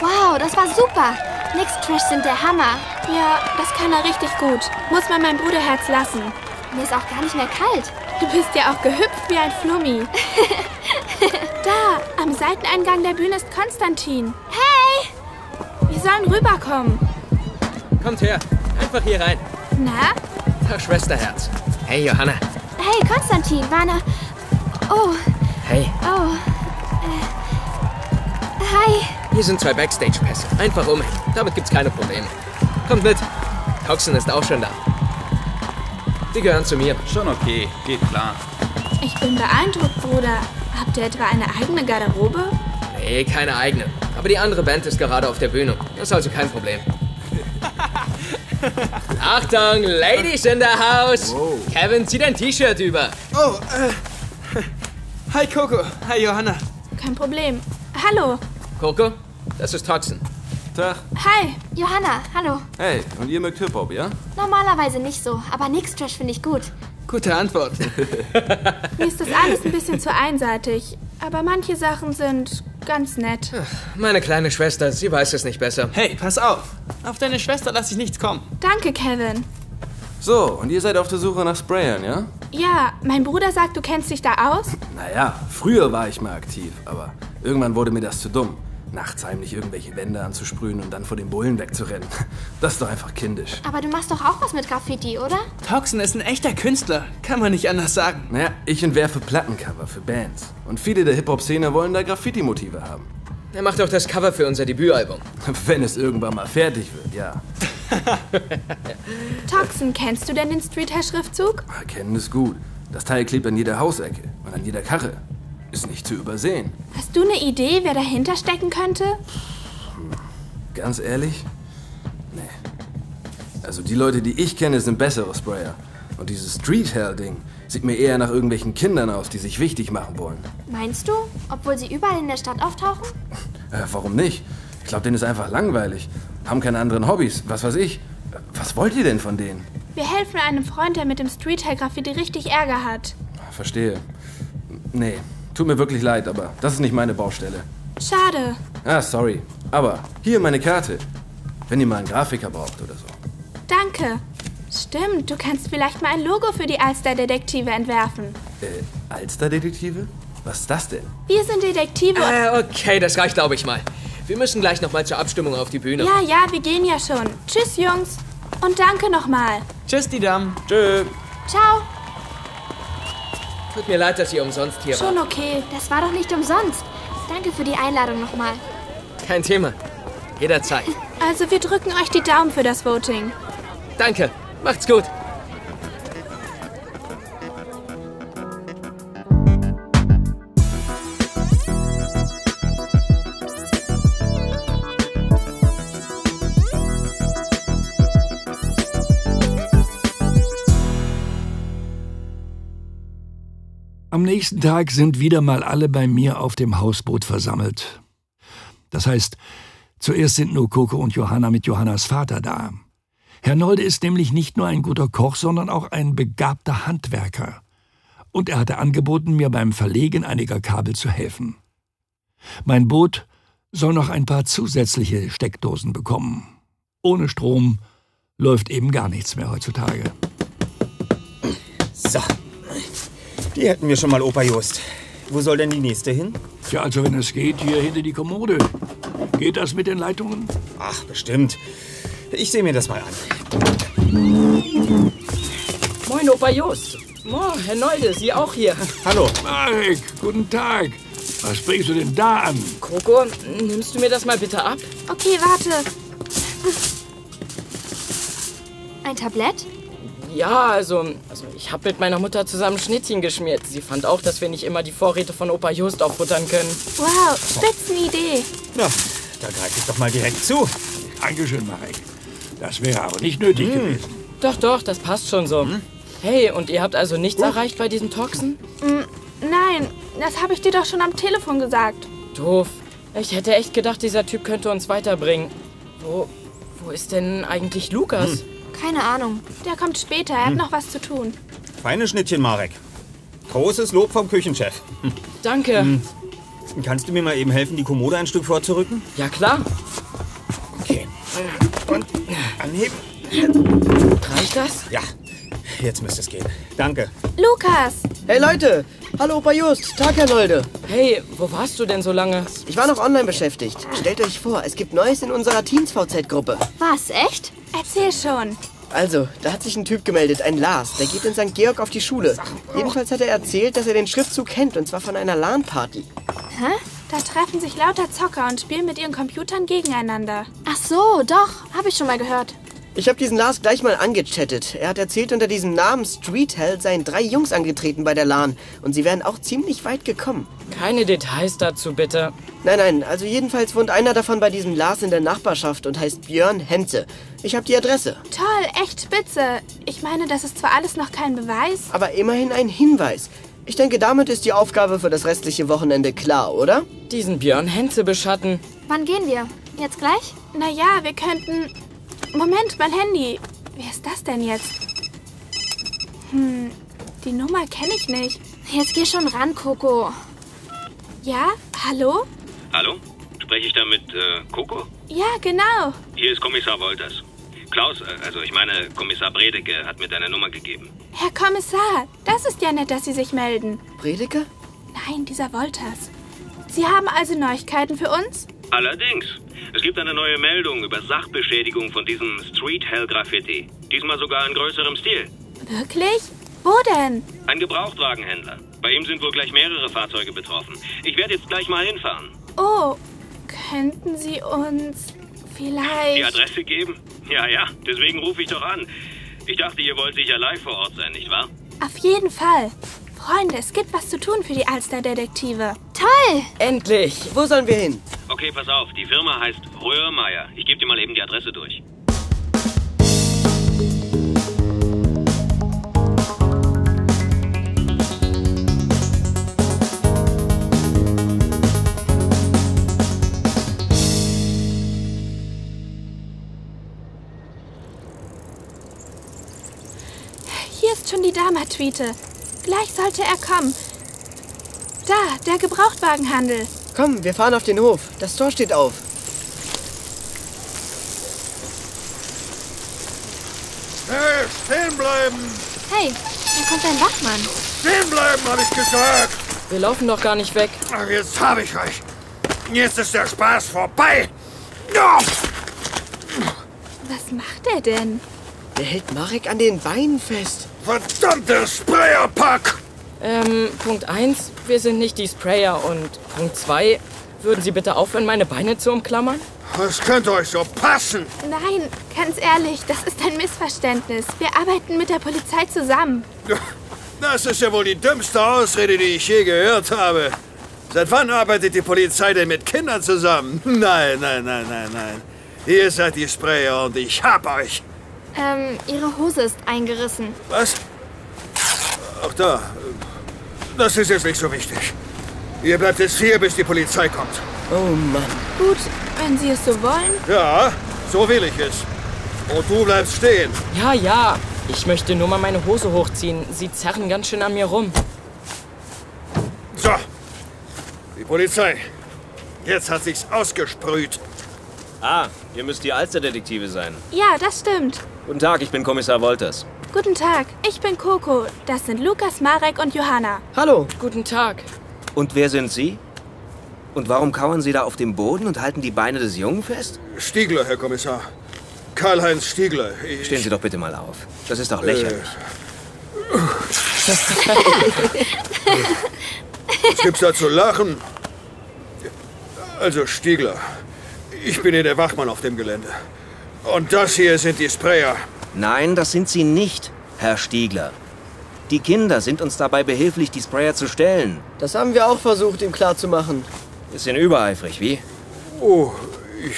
Wow, das war super. Next Trash sind der Hammer.
Ja, das kann er richtig gut. Muss man mein Bruderherz lassen.
Mir ist auch gar nicht mehr kalt.
Du bist ja auch gehüpft wie ein Flummi. da, am Seiteneingang der Bühne ist Konstantin.
Hey!
Wir sollen rüberkommen.
Kommt her, einfach hier rein.
Na?
Tag, Schwesterherz. Hey, Johanna.
Hey, Konstantin, Warner. Oh,
Hey.
oh. Äh, hi.
Hier sind zwei Backstage-Pässe. Einfach umhängen. Damit gibt's keine Probleme. Kommt mit. Coxon ist auch schon da. Die gehören zu mir.
Schon okay, geht klar.
Ich bin beeindruckt, Bruder. Habt ihr etwa eine eigene Garderobe?
Nee, keine eigene. Aber die andere Band ist gerade auf der Bühne. Das ist also kein Problem. Achtung, Ladies in the House! Kevin, zieh dein T-Shirt über.
Oh, äh. Hi Coco. Hi Johanna.
Kein Problem. Hallo.
Coco, das ist Toxin.
Tag.
Hi. Johanna, hallo.
Hey, und ihr mögt Hip-Hop, ja?
Normalerweise nicht so, aber Next Trash finde ich gut.
Gute Antwort.
Mir ist das alles ein bisschen zu einseitig. Aber manche Sachen sind ganz nett.
Meine kleine Schwester, sie weiß es nicht besser.
Hey, pass auf. Auf deine Schwester lasse ich nichts kommen.
Danke, Kevin.
So, und ihr seid auf der Suche nach Sprayern, ja?
Ja, mein Bruder sagt, du kennst dich da aus.
Naja, früher war ich mal aktiv, aber irgendwann wurde mir das zu dumm. Nachts heimlich irgendwelche Wände anzusprühen und dann vor den Bullen wegzurennen. Das ist doch einfach kindisch.
Aber du machst doch auch was mit Graffiti, oder?
Toxin ist ein echter Künstler. Kann man nicht anders sagen.
Naja, ich entwerfe Plattencover für Bands. Und viele der Hip-Hop-Szene wollen da Graffiti-Motive haben.
Er macht auch das Cover für unser Debütalbum.
Wenn es irgendwann mal fertig wird, ja.
Toxin, kennst du denn den Street-Hair-Schriftzug?
Erkennen ist gut. Das Teil klebt an jeder Hausecke und an jeder Karre. Ist nicht zu übersehen.
Hast du eine Idee, wer dahinter stecken könnte?
Ganz ehrlich? Nee. Also die Leute, die ich kenne, sind bessere Sprayer. Und dieses Street Hell-Ding sieht mir eher nach irgendwelchen Kindern aus, die sich wichtig machen wollen.
Meinst du? Obwohl sie überall in der Stadt auftauchen?
Äh, warum nicht? Ich glaube, denen ist einfach langweilig. Haben keine anderen Hobbys, was weiß ich. Äh, Was wollt ihr denn von denen?
Wir helfen einem Freund, der mit dem Street-Hair-Graffiti richtig Ärger hat.
Ah, Verstehe. Nee, tut mir wirklich leid, aber das ist nicht meine Baustelle.
Schade.
Ah, sorry. Aber hier meine Karte. Wenn ihr mal einen Grafiker braucht oder so.
Danke. Stimmt, du kannst vielleicht mal ein Logo für die Alster-Detektive entwerfen.
Äh, Alsterdetektive? Was ist das denn?
Wir sind Detektive.
Äh, okay, das reicht, glaube ich mal. Wir müssen gleich nochmal zur Abstimmung auf die Bühne.
Ja, ja, wir gehen ja schon. Tschüss, Jungs. Und danke nochmal.
Tschüss, die Damen.
Tschö.
Ciao.
Tut mir leid, dass ihr umsonst hier
Schon
wart.
okay. Das war doch nicht umsonst. Danke für die Einladung nochmal.
Kein Thema. Jederzeit.
Also, wir drücken euch die Daumen für das Voting.
Danke. Macht's gut.
Am nächsten Tag sind wieder mal alle bei mir auf dem Hausboot versammelt. Das heißt, zuerst sind nur Coco und Johanna mit Johannas Vater da. Herr Nolde ist nämlich nicht nur ein guter Koch, sondern auch ein begabter Handwerker. Und er hatte angeboten, mir beim Verlegen einiger Kabel zu helfen. Mein Boot soll noch ein paar zusätzliche Steckdosen bekommen. Ohne Strom läuft eben gar nichts mehr heutzutage.
So. Die hätten wir schon mal, Opa Jost. Wo soll denn die nächste hin?
Ja, also wenn es geht, hier hinter die Kommode. Geht das mit den Leitungen?
Ach, bestimmt. Ich sehe mir das mal an.
Moin, Opa Jost. Moin, Herr Neude, Sie auch hier.
Hallo.
Marek, guten Tag. Was bringst du denn da an?
Coco, nimmst du mir das mal bitte ab?
Okay, warte.
Ein Tablett?
Ja, also, also ich habe mit meiner Mutter zusammen Schnittchen geschmiert. Sie fand auch, dass wir nicht immer die Vorräte von Opa Just auffuttern können.
Wow, Spitzenidee.
Na, da greife ich doch mal direkt zu.
Dankeschön, Marek. Das wäre aber nicht nötig gewesen.
Hm.
Hm?
Doch, doch, das passt schon so. Hey, und ihr habt also nichts erreicht bei diesen Toxen?
Mm, Nein, das habe ich dir doch schon am Telefon gesagt.
Doof. Ich hätte echt gedacht, dieser Typ könnte uns weiterbringen. Wo, wo ist denn eigentlich Lukas?
Hm.
Keine Ahnung. Der kommt später, er hat noch was zu tun.
Feine Schnittchen, Marek. Großes Lob vom Küchenchef. Hm.
Danke.
Hm. Kannst du mir mal eben helfen, die Kommode ein Stück vorzurücken?
Ja, klar.
Okay. Und anheben.
Reicht das?
Ja. Jetzt müsste es gehen. Danke.
Lukas!
Hey Leute! Hallo Opa Just! Tag, Herr Nolde!
Hey, wo warst du denn so lange?
Ich war noch online beschäftigt. Stellt euch vor, es gibt Neues in unserer Teens-VZ-Gruppe.
Was, echt?
Erzähl schon.
Also, da hat sich ein Typ gemeldet, ein Lars. Der geht in St. Georg auf die Schule. Jedenfalls hat er erzählt, dass er den Schriftzug kennt, und zwar von einer LAN-Party.
Hä? Da treffen sich lauter Zocker und spielen mit ihren Computern gegeneinander.
Ach so, doch, habe ich schon mal gehört.
Ich habe diesen Lars gleich mal angechattet. Er hat erzählt, unter diesem Namen Street Hell seien drei Jungs angetreten bei der LAN und sie wären auch ziemlich weit gekommen.
Keine Details dazu, bitte.
Nein, nein, also jedenfalls wohnt einer davon bei diesem Lars in der Nachbarschaft und heißt Björn Henze. Ich habe die Adresse.
Toll, echt spitze. Ich meine, das ist zwar alles noch kein Beweis.
Aber immerhin ein Hinweis. Ich denke, damit ist die Aufgabe für das restliche Wochenende klar, oder?
Diesen Björn Henze beschatten.
Wann gehen wir? Jetzt gleich?
Naja, wir könnten. Moment, mein Handy. Wer ist das denn jetzt? Hm, die Nummer kenne ich nicht.
Jetzt geh schon ran, Coco.
Ja, hallo?
Hallo? Spreche ich da mit äh, Coco?
Ja, genau.
Hier ist Kommissar Wolters. Klaus, äh, also ich meine, Kommissar Bredeke hat mir deine Nummer gegeben.
Herr Kommissar, das ist ja nett, dass Sie sich melden.
Prediger?
Nein, dieser Wolters. Sie haben also Neuigkeiten für uns?
Allerdings, es gibt eine neue Meldung über Sachbeschädigung von diesem Street Hell Graffiti. Diesmal sogar in größerem Stil.
Wirklich? Wo denn?
Ein Gebrauchtwagenhändler. Bei ihm sind wohl gleich mehrere Fahrzeuge betroffen. Ich werde jetzt gleich mal hinfahren.
Oh, könnten Sie uns vielleicht...
Die Adresse geben? Ja, ja, deswegen rufe ich doch an. Ich dachte, ihr wollt sicher live vor Ort sein, nicht wahr?
Auf jeden Fall. Freunde, es gibt was zu tun für die Alster-Detektive.
Toll!
Endlich!
Wo sollen wir hin?
Okay, pass auf, die Firma heißt Röhrmeier. Ich gebe dir mal eben die Adresse durch.
Hier ist schon die Dama-Tweete. Gleich sollte er kommen. Da, der Gebrauchtwagenhandel.
Komm, wir fahren auf den Hof. Das Tor steht auf.
Hey, stehen bleiben!
Hey, da kommt ein Wachmann.
Stehen bleiben, habe ich gesagt!
Wir laufen doch gar nicht weg.
Ach, jetzt habe ich euch. Jetzt ist der Spaß vorbei. Ja.
Was macht er denn?
Der hält Marek an den Beinen fest.
Verdammte Sprayerpack!
Ähm, Punkt 1, wir sind nicht die Sprayer. Und Punkt 2, würden Sie bitte aufhören, meine Beine zu umklammern?
Das könnte euch so passen.
Nein, ganz ehrlich, das ist ein Missverständnis. Wir arbeiten mit der Polizei zusammen.
Das ist ja wohl die dümmste Ausrede, die ich je gehört habe. Seit wann arbeitet die Polizei denn mit Kindern zusammen? Nein, nein, nein, nein, nein. Ihr seid die Sprayer und ich hab euch.
Ähm, ihre Hose ist eingerissen.
Was? Ach da, das ist jetzt nicht so wichtig. Ihr bleibt jetzt hier, bis die Polizei kommt.
Oh Mann.
Gut, wenn Sie es so wollen.
Ja, so will ich es. Und du bleibst stehen.
Ja, ja. Ich möchte nur mal meine Hose hochziehen. Sie zerren ganz schön an mir rum.
So, die Polizei. Jetzt hat sich's ausgesprüht.
Ah, ihr müsst die Alsterdetektive sein.
Ja, das stimmt.
Guten Tag, ich bin Kommissar Wolters.
Guten Tag, ich bin Coco. Das sind Lukas, Marek und Johanna.
Hallo.
Guten Tag.
Und wer sind Sie? Und warum kauern Sie da auf dem Boden und halten die Beine des Jungen fest?
Stiegler, Herr Kommissar. Karl-Heinz Stiegler. Ich... Äh,
Stehen Sie doch bitte mal auf. Das ist doch lächerlich.
Was gibt's da zu lachen? Also, Stiegler, ich bin hier der Wachmann auf dem Gelände. Und das hier sind die Sprayer.
Nein, das sind sie nicht, Herr Stiegler. Die Kinder sind uns dabei behilflich, die Sprayer zu stellen.
Das haben wir auch versucht, ihm klarzumachen.
Bisschen übereifrig, wie?
Oh, ich.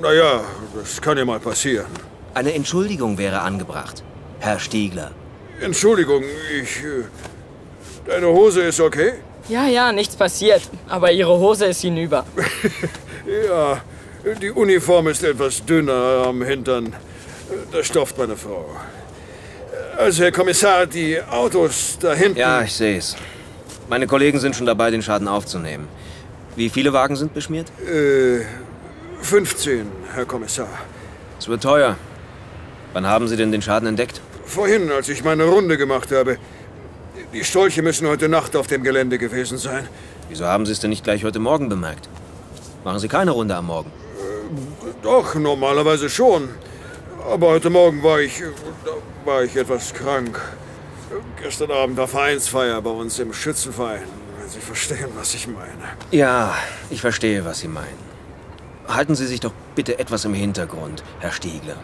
Naja, das kann ja mal passieren.
Eine Entschuldigung wäre angebracht, Herr Stiegler.
äh, Entschuldigung, ich. äh, Deine Hose ist okay?
Ja, ja, nichts passiert. Aber ihre Hose ist hinüber.
Ja, die Uniform ist etwas dünner am Hintern. Das stofft meine Frau. Also, Herr Kommissar, die Autos da hinten.
Ja, ich sehe es. Meine Kollegen sind schon dabei, den Schaden aufzunehmen. Wie viele Wagen sind beschmiert?
Äh, 15, Herr Kommissar.
Es wird teuer. Wann haben Sie denn den Schaden entdeckt?
Vorhin, als ich meine Runde gemacht habe. Die Stolche müssen heute Nacht auf dem Gelände gewesen sein.
Wieso haben Sie es denn nicht gleich heute Morgen bemerkt? Machen Sie keine Runde am Morgen.
Doch, normalerweise schon. Aber heute Morgen war ich, äh, da war ich etwas krank. Äh, Gestern Abend war Vereinsfeier bei uns im Schützenverein. Wenn Sie verstehen, was ich meine.
Ja, ich verstehe, was Sie meinen. Halten Sie sich doch bitte etwas im Hintergrund, Herr Stiegler.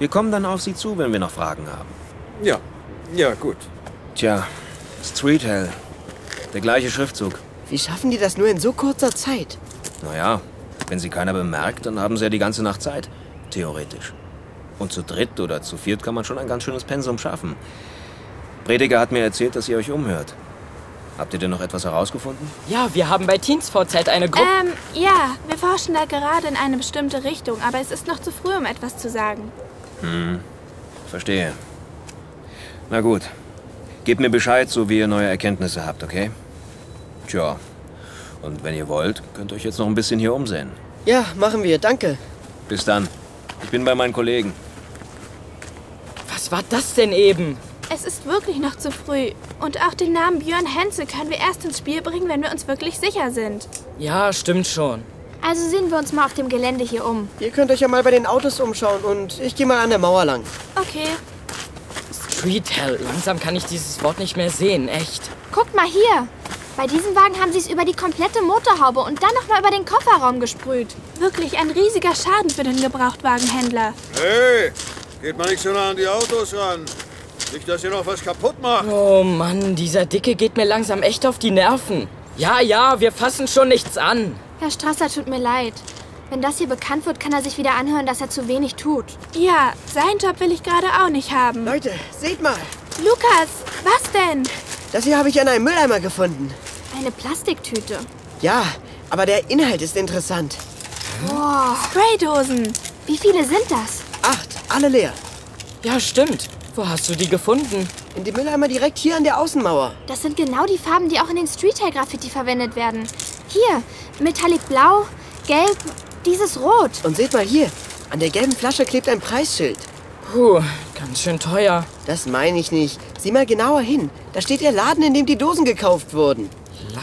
Wir kommen dann auf Sie zu, wenn wir noch Fragen haben.
Ja, ja, gut.
Tja, Street Hell. Der gleiche Schriftzug.
Wie schaffen die das nur in so kurzer Zeit?
Naja, wenn sie keiner bemerkt, dann haben sie ja die ganze Nacht Zeit. Theoretisch. Und zu dritt oder zu viert kann man schon ein ganz schönes Pensum schaffen. Prediger hat mir erzählt, dass ihr euch umhört. Habt ihr denn noch etwas herausgefunden?
Ja, wir haben bei Teens VZ eine Gruppe.
Ähm, ja, wir forschen da gerade in eine bestimmte Richtung, aber es ist noch zu früh, um etwas zu sagen.
Hm, verstehe. Na gut. Gebt mir Bescheid, so wie ihr neue Erkenntnisse habt, okay? Tja. Und wenn ihr wollt, könnt ihr euch jetzt noch ein bisschen hier umsehen.
Ja, machen wir, danke.
Bis dann. Ich bin bei meinen Kollegen.
Was war das denn eben?
Es ist wirklich noch zu früh. Und auch den Namen Björn Henze können wir erst ins Spiel bringen, wenn wir uns wirklich sicher sind.
Ja, stimmt schon.
Also sehen wir uns mal auf dem Gelände hier um.
Ihr könnt euch ja mal bei den Autos umschauen und ich gehe mal an der Mauer lang.
Okay.
Street Hell. Langsam kann ich dieses Wort nicht mehr sehen, echt.
Guck mal hier. Bei diesem Wagen haben sie es über die komplette Motorhaube und dann noch mal über den Kofferraum gesprüht.
Wirklich ein riesiger Schaden für den Gebrauchtwagenhändler.
Hey, geht mal nicht so nah an die Autos ran. Nicht, dass ihr noch was kaputt macht.
Oh Mann, dieser Dicke geht mir langsam echt auf die Nerven. Ja, ja, wir fassen schon nichts an.
Herr Strasser, tut mir leid. Wenn das hier bekannt wird, kann er sich wieder anhören, dass er zu wenig tut.
Ja, seinen Job will ich gerade auch nicht haben.
Leute, seht mal.
Lukas, was denn?
Das hier habe ich an einem Mülleimer gefunden.
Eine Plastiktüte.
Ja, aber der Inhalt ist interessant.
Wow.
Spraydosen.
Wie viele sind das?
Acht, alle leer.
Ja, stimmt. Wo hast du die gefunden?
In dem Mülleimer direkt hier an der Außenmauer.
Das sind genau die Farben, die auch in den Street-Hair-Graffiti verwendet werden. Hier, Metallic Blau, Gelb, dieses Rot.
Und seht mal hier. An der gelben Flasche klebt ein Preisschild.
Puh, ganz schön teuer.
Das meine ich nicht. Sieh mal genauer hin. Da steht der Laden, in dem die Dosen gekauft wurden.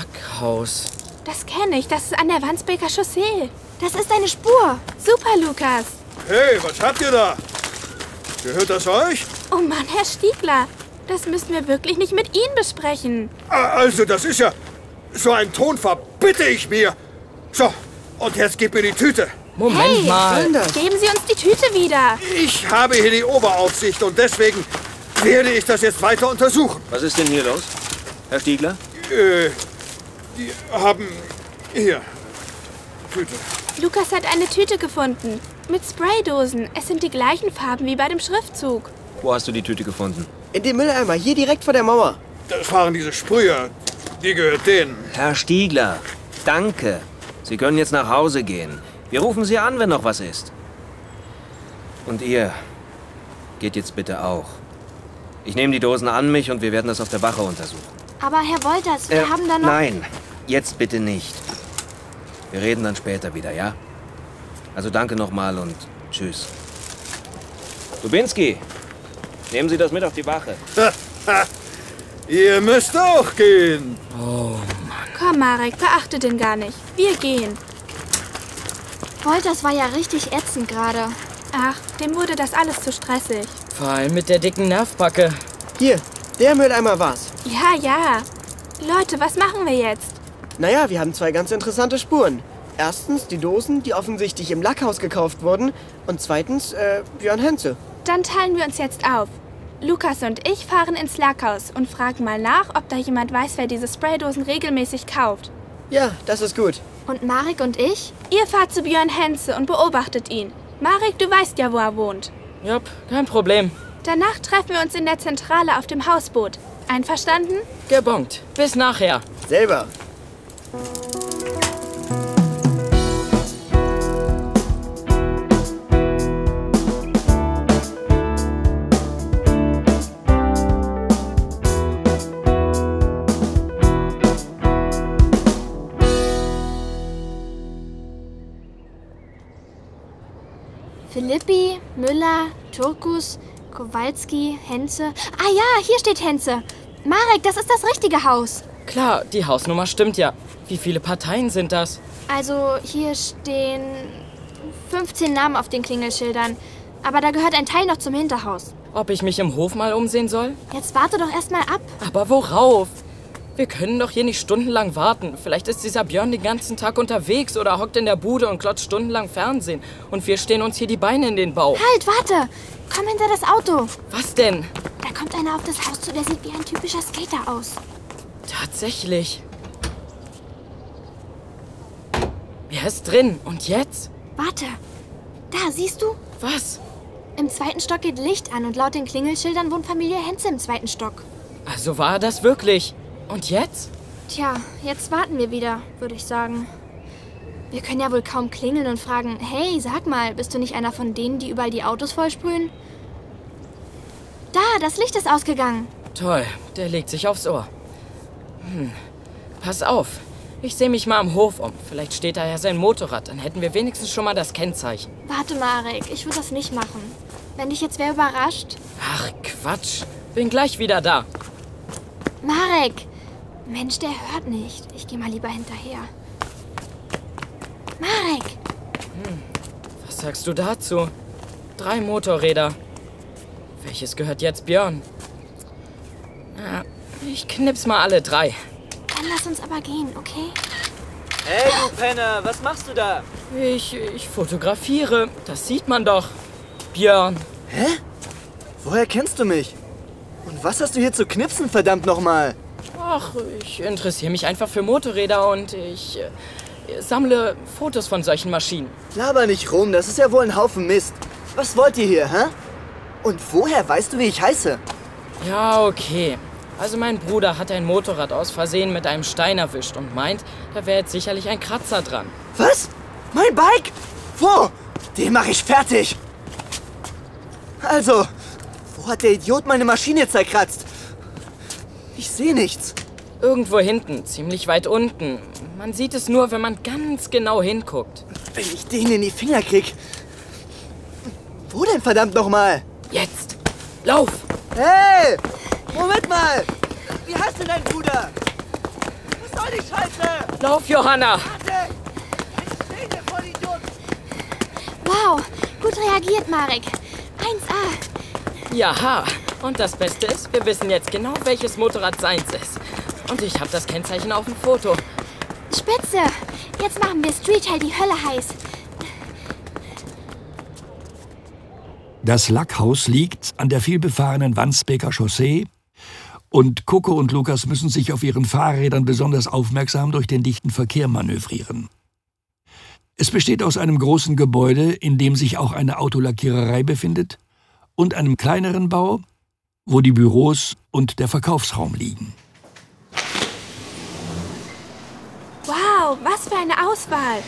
Lackhaus.
Das kenne ich. Das ist an der Wandsbeker Chaussee.
Das ist eine Spur.
Super, Lukas.
Hey, was habt ihr da? Gehört das euch?
Oh Mann, Herr Stiegler. Das müssen wir wirklich nicht mit Ihnen besprechen.
Ah, Also, das ist ja. So einen Ton verbitte ich mir. So, und jetzt gib mir die Tüte.
Moment
hey, geben Sie uns die Tüte wieder.
Ich habe hier die Oberaufsicht und deswegen werde ich das jetzt weiter untersuchen.
Was ist denn hier los? Herr Stiegler?
Äh, die haben. Hier. Tüte.
Lukas hat eine Tüte gefunden. Mit Spraydosen. Es sind die gleichen Farben wie bei dem Schriftzug.
Wo hast du die Tüte gefunden?
In dem Mülleimer, hier direkt vor der Mauer.
Das waren diese Sprüher. Die gehört denen.
Herr Stiegler, danke. Sie können jetzt nach Hause gehen. Wir rufen Sie an, wenn noch was ist. Und ihr geht jetzt bitte auch. Ich nehme die Dosen an mich und wir werden das auf der Wache untersuchen.
Aber Herr Wolters, wir
Äh,
haben da noch...
Nein, jetzt bitte nicht. Wir reden dann später wieder, ja? Also danke nochmal und tschüss. Dubinski, nehmen Sie das mit auf die Wache.
Ihr müsst auch gehen.
Oh,
Komm, Marek, beachte den gar nicht. Wir gehen.
Wolters war ja richtig ätzend gerade.
Ach, dem wurde das alles zu stressig.
Vor allem mit der dicken Nervbacke.
Hier, der Mülleimer war's.
Ja, ja. Leute, was machen wir jetzt?
Naja, wir haben zwei ganz interessante Spuren. Erstens die Dosen, die offensichtlich im Lackhaus gekauft wurden. Und zweitens äh, Björn Henze.
Dann teilen wir uns jetzt auf. Lukas und ich fahren ins Lackhaus und fragen mal nach, ob da jemand weiß, wer diese Spraydosen regelmäßig kauft.
Ja, das ist gut.
Und Marek und ich? Ihr fahrt zu Björn Henze und beobachtet ihn. Marek, du weißt ja, wo er wohnt.
Jupp, kein Problem.
Danach treffen wir uns in der Zentrale auf dem Hausboot. Einverstanden?
Gebongt. Bis nachher.
Selber.
Philippi, Müller, Turkus, Kowalski, Henze. Ah ja, hier steht Henze. Marek, das ist das richtige Haus.
Klar, die Hausnummer stimmt ja. Wie viele Parteien sind das?
Also hier stehen 15 Namen auf den Klingelschildern. Aber da gehört ein Teil noch zum Hinterhaus.
Ob ich mich im Hof mal umsehen soll?
Jetzt warte doch erstmal ab.
Aber worauf? Wir können doch hier nicht stundenlang warten. Vielleicht ist dieser Björn den ganzen Tag unterwegs oder hockt in der Bude und glotzt stundenlang Fernsehen. Und wir stehen uns hier die Beine in den Bauch.
Halt, warte! Komm hinter das Auto.
Was denn?
Da kommt einer auf das Haus zu, der sieht wie ein typischer Skater aus.
Tatsächlich. Er ist drin. Und jetzt?
Warte. Da, siehst du?
Was?
Im zweiten Stock geht Licht an und laut den Klingelschildern wohnt Familie Henze im zweiten Stock.
Also war er das wirklich? Und jetzt?
Tja, jetzt warten wir wieder, würde ich sagen. Wir können ja wohl kaum klingeln und fragen, hey, sag mal, bist du nicht einer von denen, die überall die Autos vollsprühen? Da, das Licht ist ausgegangen.
Toll, der legt sich aufs Ohr. Hm, pass auf. Ich sehe mich mal am Hof um. Vielleicht steht da ja sein Motorrad. Dann hätten wir wenigstens schon mal das Kennzeichen.
Warte, Marek, ich würde das nicht machen. Wenn dich jetzt wer überrascht.
Ach, Quatsch. Bin gleich wieder da.
Marek! Mensch, der hört nicht. Ich gehe mal lieber hinterher. Marek!
Hm, Was sagst du dazu? Drei Motorräder. Welches gehört jetzt Björn? Na, ich knips mal alle drei.
Dann lass uns aber gehen, okay?
Hey, du Penner, was machst du da?
Ich, ich fotografiere. Das sieht man doch. Björn.
Hä? Woher kennst du mich? Und was hast du hier zu knipsen, verdammt nochmal?
Ach, ich interessiere mich einfach für Motorräder und ich äh, sammle Fotos von solchen Maschinen.
Laber nicht rum, das ist ja wohl ein Haufen Mist. Was wollt ihr hier, hä? Und woher weißt du, wie ich heiße?
Ja, okay. Also mein Bruder hat ein Motorrad aus Versehen mit einem Stein erwischt und meint, da wäre jetzt sicherlich ein Kratzer dran.
Was? Mein Bike? Wo? Den mache ich fertig. Also, wo hat der Idiot meine Maschine zerkratzt? Ich sehe nichts.
Irgendwo hinten, ziemlich weit unten. Man sieht es nur, wenn man ganz genau hinguckt.
Wenn ich den in die Finger krieg. Wo denn verdammt nochmal?
Jetzt! Lauf!
Hey! Moment mal! Wie heißt denn dein Bruder? Was soll die Scheiße?
Lauf, Johanna!
Warte! Ich steh dir vor, Idiot!
Wow, gut reagiert, Marek. 1A.
Jaha. Und das Beste ist, wir wissen jetzt genau, welches Motorrad seins ist. Und ich habe das Kennzeichen auf dem Foto.
Spitze. Jetzt machen wir Street Hell die Hölle heiß.
Das Lackhaus liegt an der vielbefahrenen Wandsbeker Chaussee und Coco und Lukas müssen sich auf ihren Fahrrädern besonders aufmerksam durch den dichten Verkehr manövrieren. Es besteht aus einem großen Gebäude, in dem sich auch eine Autolackiererei befindet, und einem kleineren Bau, wo die Büros und der Verkaufsraum liegen.
Wow, was für eine Auswahl!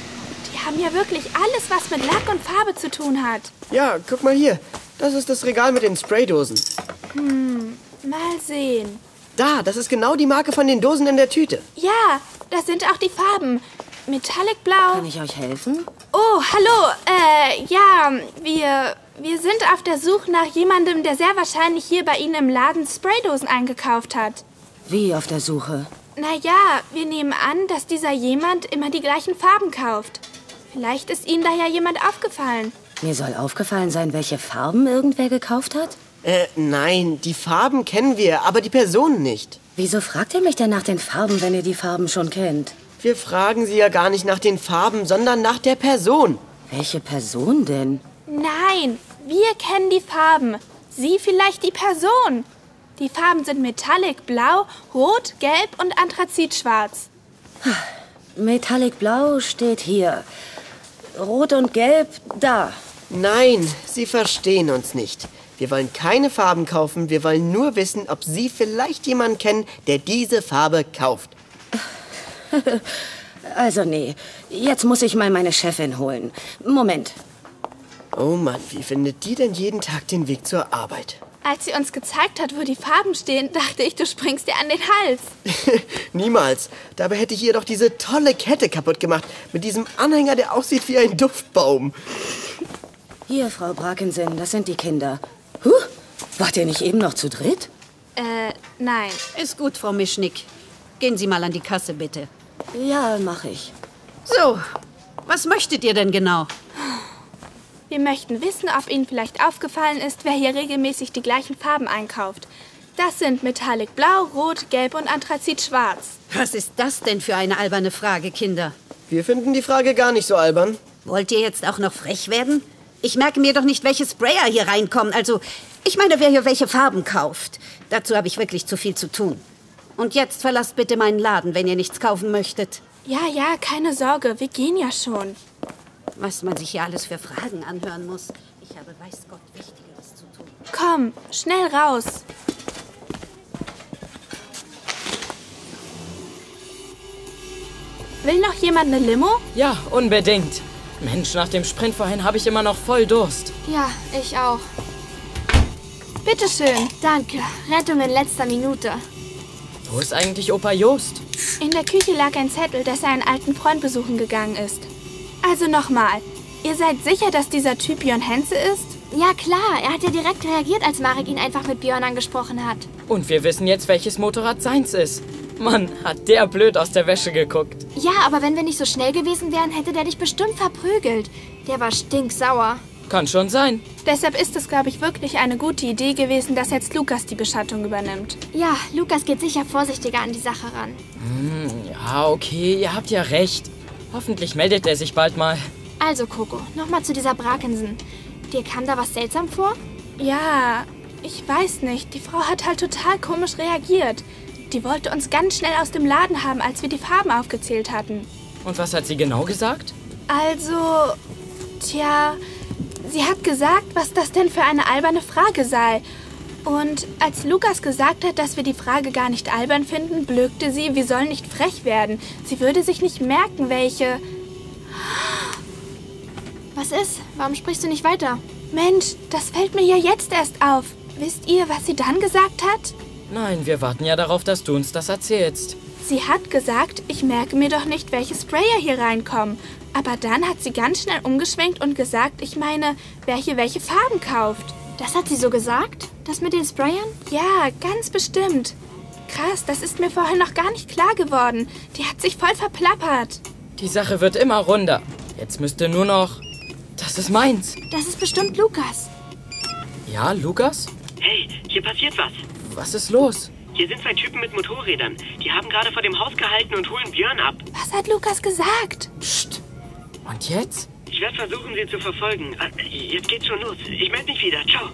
Die haben ja wirklich alles, was mit Lack und Farbe zu tun hat.
Ja, guck mal hier. Das ist das Regal mit den Spraydosen.
Hm, mal sehen.
Da, das ist genau die Marke von den Dosen in der Tüte.
Ja, das sind auch die Farben. Metallic Blau.
Kann ich euch helfen?
Oh, hallo. Äh, ja, wir. Wir sind auf der Suche nach jemandem, der sehr wahrscheinlich hier bei Ihnen im Laden Spraydosen eingekauft hat.
Wie auf der Suche?
Naja, wir nehmen an, dass dieser jemand immer die gleichen Farben kauft. Vielleicht ist Ihnen da ja jemand aufgefallen.
Mir soll aufgefallen sein, welche Farben irgendwer gekauft hat?
Äh, nein, die Farben kennen wir, aber die Personen nicht.
Wieso fragt ihr mich denn nach den Farben, wenn ihr die Farben schon kennt?
Wir fragen Sie ja gar nicht nach den Farben, sondern nach der Person.
Welche Person denn?
Nein, wir kennen die Farben. Sie vielleicht die Person. Die Farben sind Metallic Blau, Rot, Gelb und Anthrazitschwarz.
Metallic Blau steht hier. Rot und Gelb da.
Nein, Sie verstehen uns nicht. Wir wollen keine Farben kaufen, wir wollen nur wissen, ob Sie vielleicht jemanden kennen, der diese Farbe kauft.
Also nee, jetzt muss ich mal meine Chefin holen. Moment.
Oh Mann, wie findet die denn jeden Tag den Weg zur Arbeit?
Als sie uns gezeigt hat, wo die Farben stehen, dachte ich, du springst dir an den Hals.
Niemals. Dabei hätte ich ihr doch diese tolle Kette kaputt gemacht. Mit diesem Anhänger, der aussieht wie ein Duftbaum.
Hier, Frau Brakensen, das sind die Kinder. Huh, wart ihr nicht eben noch zu dritt?
Äh, nein.
Ist gut, Frau Mischnick. Gehen Sie mal an die Kasse, bitte. Ja, mache ich.
So,
Was möchtet ihr denn genau?
Wir möchten wissen, ob Ihnen vielleicht aufgefallen ist, wer hier regelmäßig die gleichen Farben einkauft. Das sind Metallic Blau, Rot, Gelb und Anthrazit-Schwarz.
Was ist das denn für eine alberne Frage, Kinder?
Wir finden die Frage gar nicht so albern.
Wollt ihr jetzt auch noch frech werden? Ich merke mir doch nicht, welche Sprayer hier reinkommen. Also, ich meine, wer hier welche Farben kauft. Dazu habe ich wirklich zu viel zu tun. Und jetzt verlasst bitte meinen Laden, wenn ihr nichts kaufen möchtet.
Ja, ja, keine Sorge, wir gehen ja schon.
Was man sich hier alles für Fragen anhören muss. Ich habe weiß Gott Wichtigeres zu tun.
Komm, schnell raus. Will noch jemand eine Limo?
Ja, unbedingt. Mensch, nach dem Sprint vorhin habe ich immer noch voll Durst.
Ja, ich auch.
Bitteschön.
Danke. Rettung in letzter Minute.
Wo ist eigentlich Opa Jost?
In der Küche lag ein Zettel, dass er einen alten Freund besuchen gegangen ist. Also nochmal. Ihr seid sicher, dass dieser Typ Björn Henze ist?
Ja klar, er hat ja direkt reagiert, als Marek ihn einfach mit Björn angesprochen hat.
Und wir wissen jetzt, welches Motorrad seins ist. Mann, hat der blöd aus der Wäsche geguckt.
Ja, aber wenn wir nicht so schnell gewesen wären, hätte der dich bestimmt verprügelt. Der war stinksauer.
Kann schon sein.
Deshalb ist es, glaube ich, wirklich eine gute Idee gewesen, dass jetzt Lukas die Beschattung übernimmt.
Ja, Lukas geht sicher vorsichtiger an die Sache ran.
Hm, ja, okay, ihr habt ja recht. Hoffentlich meldet er sich bald mal.
Also, Coco, nochmal zu dieser Brakensen. Dir kam da was seltsam vor?
Ja, ich weiß nicht. Die Frau hat halt total komisch reagiert. Die wollte uns ganz schnell aus dem Laden haben, als wir die Farben aufgezählt hatten.
Und was hat sie genau gesagt?
Also, tja, sie hat gesagt, was das denn für eine alberne Frage sei. Und als Lukas gesagt hat, dass wir die Frage gar nicht albern finden, blökte sie, wir sollen nicht frech werden. Sie würde sich nicht merken, welche.
Was ist? Warum sprichst du nicht weiter?
Mensch, das fällt mir ja jetzt erst auf. Wisst ihr, was sie dann gesagt hat?
Nein, wir warten ja darauf, dass du uns das erzählst.
Sie hat gesagt, ich merke mir doch nicht, welche Sprayer hier reinkommen. Aber dann hat sie ganz schnell umgeschwenkt und gesagt, ich meine, wer hier welche Farben kauft.
Das hat sie so gesagt? Das mit den Sprayern?
Ja, ganz bestimmt. Krass, das ist mir vorher noch gar nicht klar geworden. Die hat sich voll verplappert.
Die Sache wird immer runder. Jetzt müsste nur noch. Das ist meins.
Das ist bestimmt Lukas.
Ja, Lukas?
Hey, hier passiert was.
Was ist los?
Hier sind zwei Typen mit Motorrädern. Die haben gerade vor dem Haus gehalten und holen Björn ab.
Was hat Lukas gesagt?
Psst. Und jetzt?
Ich werde versuchen, sie zu verfolgen. Äh, Jetzt geht's schon los. Ich melde mich wieder. Ciao.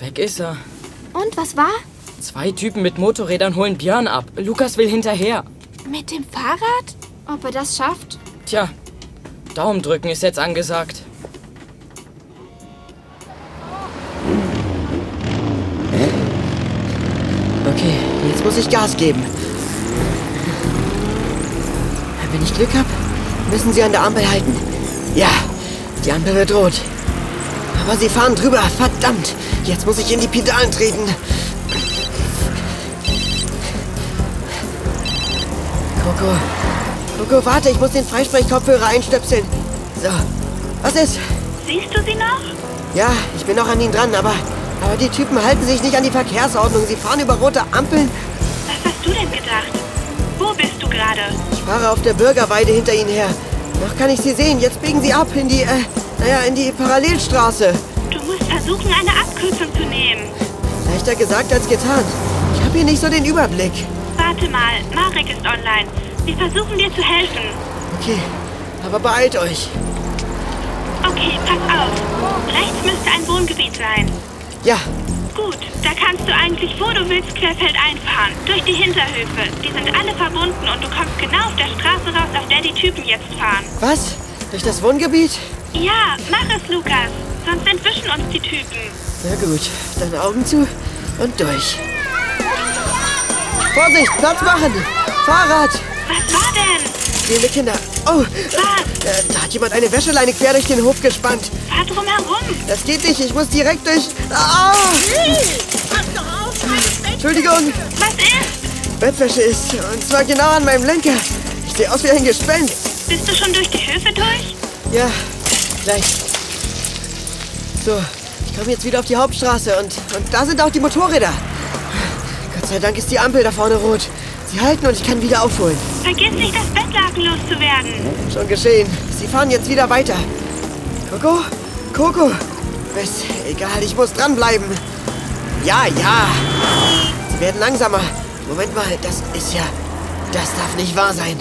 Weg ist er.
Und was war?
Zwei Typen mit Motorrädern holen Björn ab. Lukas will hinterher.
Mit dem Fahrrad?
Ob er das schafft?
Tja, Daumen drücken ist jetzt angesagt. Okay,
Jetzt muss ich Gas geben. Wenn ich Glück habe, müssen Sie an der Ampel halten. Ja, die Ampel wird rot. Aber Sie fahren drüber, verdammt. Jetzt muss ich in die Pedalen treten. Coco, Coco, warte, ich muss den Freisprechkopfhörer einstöpseln. So, was ist?
Siehst du sie noch?
Ja, ich bin noch an ihnen dran, aber, aber die Typen halten sich nicht an die Verkehrsordnung. Sie fahren über rote Ampeln.
Was hast du denn gedacht? Wo bist du gerade?
Ich fahre auf der Bürgerweide hinter ihnen her. Noch kann ich sie sehen. Jetzt biegen sie ab in die, äh, naja, in die Parallelstraße.
Du musst versuchen, eine Abkürzung zu nehmen.
Leichter gesagt als getan. Ich habe hier nicht so den Überblick.
Warte mal, Marek ist online.
Wir versuchen dir zu helfen.
Okay, aber beeilt euch.
Okay, pass auf. Rechts müsste ein Wohngebiet sein.
Ja,
Gut, da kannst du eigentlich, wo du willst, querfeld einfahren. Durch die Hinterhöfe. Die sind alle verbunden und du kommst genau auf der Straße raus, auf der die Typen jetzt fahren.
was? Durch das Wohngebiet?
Ja, mach es, Lukas. Sonst entwischen uns die Typen.
Na gut, dann Augen zu und durch. Vorsicht, Platz machen! Fahrrad!
Was war denn?
Liebe Kinder, oh! Äh, da hat jemand eine Wäscheleine quer durch den Hof gespannt.
Fahr drum herum!
Das geht nicht, ich muss direkt durch... Ah! Entschuldigung!
Was ist?
Bettwäsche ist, und zwar genau an meinem Lenker. Ich sehe aus wie ein Gespenst.
Bist du schon durch die Höfe durch?
Ja, gleich. So, ich komme jetzt wieder auf die Hauptstraße und, und da sind auch die Motorräder. Gott sei Dank ist die Ampel da vorne rot. Sie halten und ich kann wieder aufholen.
Vergiss nicht, das Bettlaken loszuwerden.
Schon geschehen. Sie fahren jetzt wieder weiter. Coco? Coco? Ist egal, ich muss dranbleiben. Ja, ja. Sie werden langsamer. Moment mal, das ist ja... Das darf nicht wahr sein.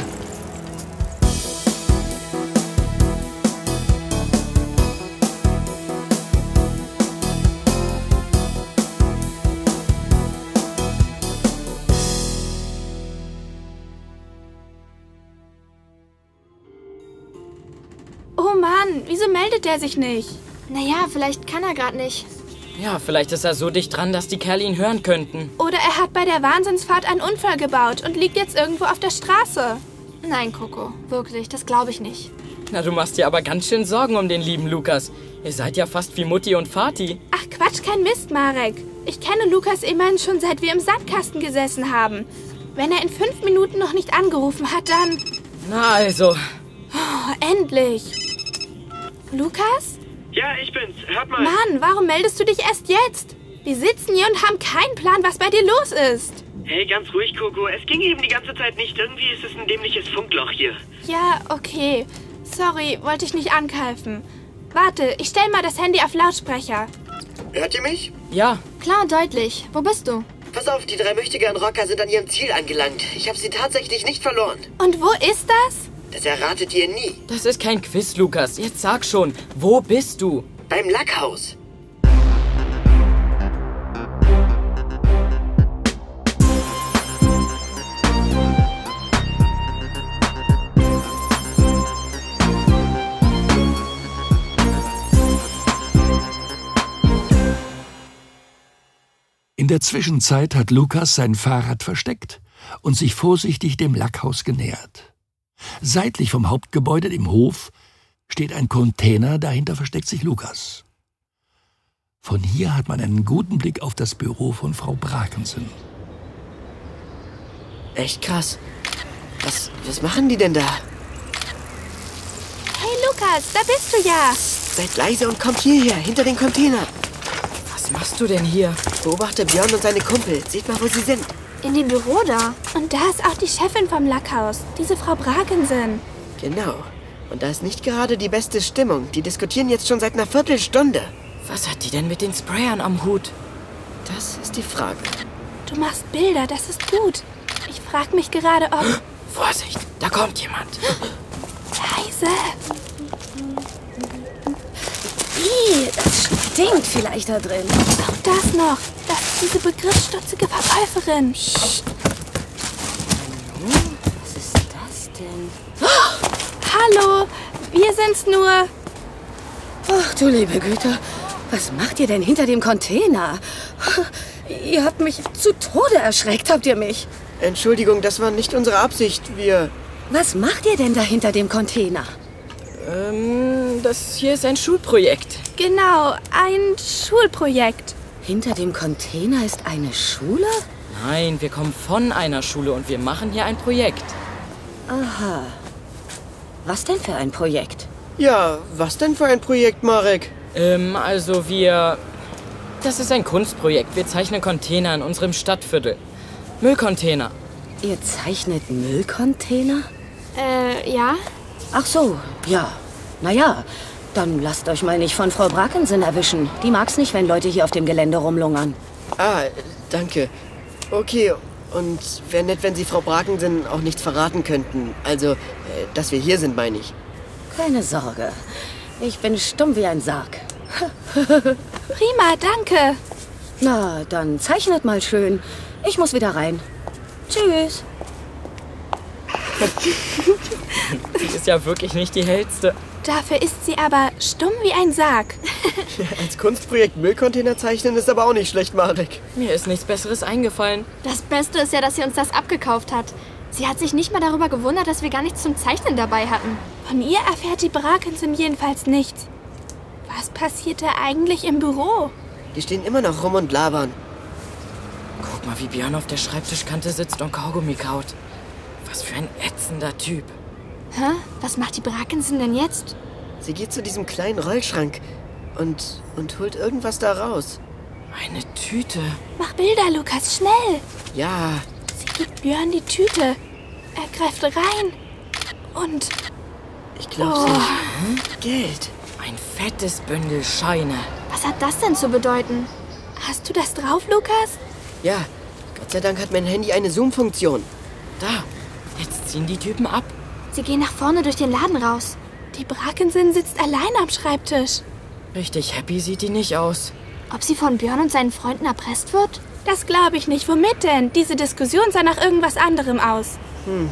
Oh Mann, wieso meldet er sich nicht? Naja, vielleicht kann er gerade nicht.
Ja, vielleicht ist er so dicht dran, dass die Kerle ihn hören könnten.
Oder er hat bei der Wahnsinnsfahrt einen Unfall gebaut und liegt jetzt irgendwo auf der Straße. Nein, Coco, wirklich, das glaube ich nicht.
Na, du machst dir aber ganz schön Sorgen um den lieben Lukas. Ihr seid ja fast wie Mutti und Vati.
Ach Quatsch, kein Mist, Marek. Ich kenne Lukas immerhin schon seit wir im Sandkasten gesessen haben. Wenn er in fünf Minuten noch nicht angerufen hat, dann...
Na also.
Oh, endlich. Lukas?
Ja, ich bin's. Hört mal.
Mann, warum meldest du dich erst jetzt? Wir sitzen hier und haben keinen Plan, was bei dir los ist.
Hey, ganz ruhig, Coco. Es ging eben die ganze Zeit nicht. Irgendwie ist es ein dämliches Funkloch hier.
Ja, okay. Sorry, wollte ich nicht ankeifen. Warte, ich stell mal das Handy auf Lautsprecher.
Hört ihr mich?
Ja.
Klar und deutlich. Wo bist du?
Pass auf, die drei mächtigen Rocker sind an ihrem Ziel angelangt. Ich habe sie tatsächlich nicht verloren.
Und wo ist das?
Das erratet ihr nie.
Das ist kein Quiz, Lukas. Jetzt sag schon, wo bist du?
Beim Lackhaus.
In der Zwischenzeit hat Lukas sein Fahrrad versteckt und sich vorsichtig dem Lackhaus genähert. Seitlich vom Hauptgebäude, dem Hof, steht ein Container, dahinter versteckt sich Lukas. Von hier hat man einen guten Blick auf das Büro von Frau Brakensen.
Echt krass. Was, was machen die denn da?
Hey Lukas, da bist du ja.
Seid leise und kommt hierher, hinter den Container.
Was machst du denn hier?
Beobachte Björn und seine Kumpel. Seht mal, wo sie sind.
In dem Büro da. Und da ist auch die Chefin vom Lackhaus, diese Frau Brakensen.
Genau. Und da ist nicht gerade die beste Stimmung. Die diskutieren jetzt schon seit einer Viertelstunde.
Was hat die denn mit den Sprayern am Hut?
Das ist die Frage.
Du machst Bilder, das ist gut. Ich frag mich gerade, ob...
Vorsicht, da kommt jemand.
Leise.
Ih, das stinkt vielleicht da drin.
Auch das noch. Das ist diese begriffsstutzige Verkäuferin.
Was ist das denn?
Oh, Hallo, wir sind's nur.
Ach du liebe Güte, was macht ihr denn hinter dem Container? Ihr habt mich zu Tode erschreckt, habt ihr mich?
Entschuldigung, das war nicht unsere Absicht. Wir.
Was macht ihr denn da hinter dem Container?
Ähm, das hier ist ein Schulprojekt.
Genau, ein Schulprojekt.
Hinter dem Container ist eine Schule?
Nein, wir kommen von einer Schule und wir machen hier ein Projekt.
Aha. Was denn für ein Projekt?
Ja, was denn für ein Projekt, Marek?
Ähm, also wir. Das ist ein Kunstprojekt. Wir zeichnen Container in unserem Stadtviertel. Müllcontainer.
Ihr zeichnet Müllcontainer?
Äh, ja.
Ach so, ja. Naja, dann lasst euch mal nicht von Frau Brakensen erwischen. Die mag's nicht, wenn Leute hier auf dem Gelände rumlungern.
Ah, danke. Ah, Okay, Und wäre nett, wenn Sie Frau Brakensen auch nichts verraten könnten. Also, äh, dass wir hier sind, meine ich.
Keine Sorge. Ich bin stumm wie ein Sarg.
Prima, danke.
Na, dann zeichnet mal schön. Ich muss wieder rein. Tschüss.
Sie ist ja wirklich nicht die hellste.
Dafür ist sie aber stumm wie ein Sarg.
Als Kunstprojekt Müllcontainer zeichnen ist aber auch nicht schlecht, Marek.
Mir ist nichts Besseres eingefallen.
Das Beste ist ja, dass sie uns das abgekauft hat. Sie hat sich nicht mal darüber gewundert, dass wir gar nichts zum Zeichnen dabei hatten.
Von ihr erfährt die Brakensen jedenfalls nichts. Was passierte eigentlich im Büro?
Die stehen immer noch rum und labern.
Guck mal, wie Björn auf der Schreibtischkante sitzt und Kaugummi kaut. Was für ein ätzender Typ.
Hä? Was macht die Brakensen denn jetzt?
Sie geht zu diesem kleinen Rollschrank und, und holt irgendwas da raus.
Eine Tüte.
Mach Bilder, Lukas, schnell!
Ja,
Sie gibt Björn die Tüte. Er greift rein. Und.
Ich glaub's Hm?
nicht.
Geld.
Oh. Ein fettes Bündel Scheine.
Was hat das denn zu bedeuten?
Hast du das drauf, Lukas?
ja. Gott sei Dank hat mein Handy eine Zoom-Funktion.
Da. Jetzt ziehen die Typen ab.
Sie gehen nach vorne durch den Laden raus.
Die Brakensen sitzt allein am Schreibtisch.
Richtig happy sieht die nicht aus.
Ob sie von Björn und seinen Freunden erpresst wird?
Das glaube ich nicht. Womit denn? Diese Diskussion sah nach irgendwas anderem aus.
Hm.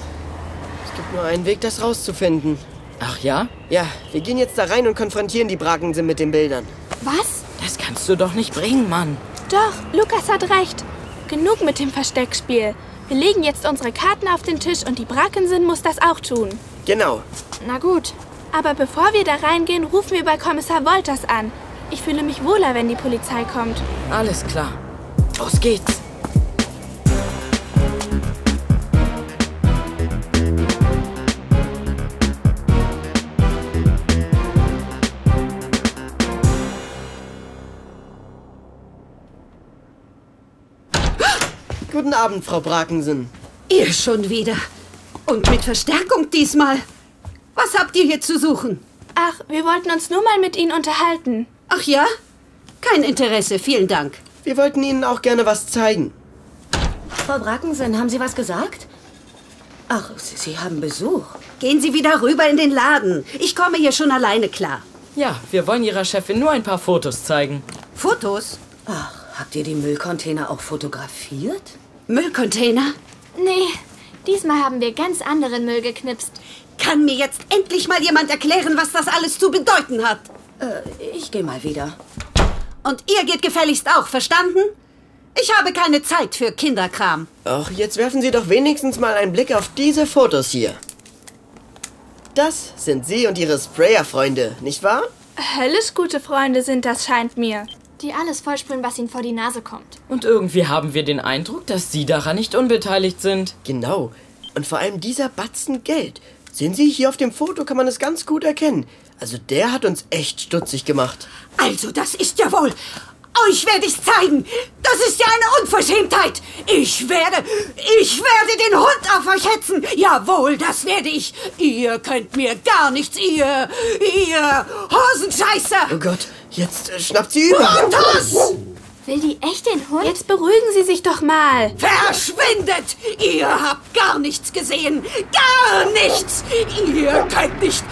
Es gibt nur einen Weg, das rauszufinden.
Ach ja?
Ja, wir gehen jetzt da rein und konfrontieren die Brakensen mit den Bildern.
Was?
Das kannst du doch nicht bringen, Mann.
Doch, Lukas hat recht. Genug mit dem Versteckspiel. Wir legen jetzt unsere Karten auf den Tisch und die Brakensen muss das auch tun.
Genau.
Na gut.
Aber bevor wir da reingehen, rufen wir bei Kommissar Wolters an. Ich fühle mich wohler, wenn die Polizei kommt.
Alles klar. Los geht's.
Guten Abend, Frau Brakensen.
Ihr schon wieder. Und mit Verstärkung diesmal. Was habt ihr hier zu suchen?
Ach, wir wollten uns nur mal mit Ihnen unterhalten.
Ach ja? Kein Interesse, vielen Dank.
Wir wollten Ihnen auch gerne was zeigen.
Frau Brackensen, haben Sie was gesagt? Ach, Sie, Sie haben Besuch.
Gehen Sie wieder rüber in den Laden. Ich komme hier schon alleine klar.
Ja, wir wollen ihrer Chefin nur ein paar Fotos zeigen.
Fotos?
Ach, habt ihr die Müllcontainer auch fotografiert?
Müllcontainer?
Nee, diesmal haben wir ganz anderen Müll geknipst.
Kann mir jetzt endlich mal jemand erklären, was das alles zu bedeuten hat?
Äh, ich gehe mal wieder.
Und ihr geht gefälligst auch, verstanden? Ich habe keine Zeit für Kinderkram.
Ach, jetzt werfen Sie doch wenigstens mal einen Blick auf diese Fotos hier. Das sind Sie und Ihre Sprayer-Freunde, nicht wahr?
Höllisch gute Freunde sind das, scheint mir.
Die alles vollsprühen, was ihnen vor die Nase kommt.
Und irgendwie haben wir den Eindruck, dass sie daran nicht unbeteiligt sind.
Genau. Und vor allem dieser Batzen Geld. Sehen Sie, hier auf dem Foto kann man es ganz gut erkennen. Also der hat uns echt stutzig gemacht.
Also, das ist ja wohl. Euch werde ich zeigen. Das ist ja eine Unverschämtheit. Ich werde, ich werde den Hund auf euch hetzen. Jawohl, das werde ich. Ihr könnt mir gar nichts, ihr, ihr
Oh
Hosenscheiße.
Gott, jetzt äh, schnappt sie über.
Pontus!
Will die echt den Hund?
Jetzt beruhigen Sie sich doch mal.
Verschwindet! Ihr habt gar nichts gesehen! Gar nichts! Ihr könnt nicht...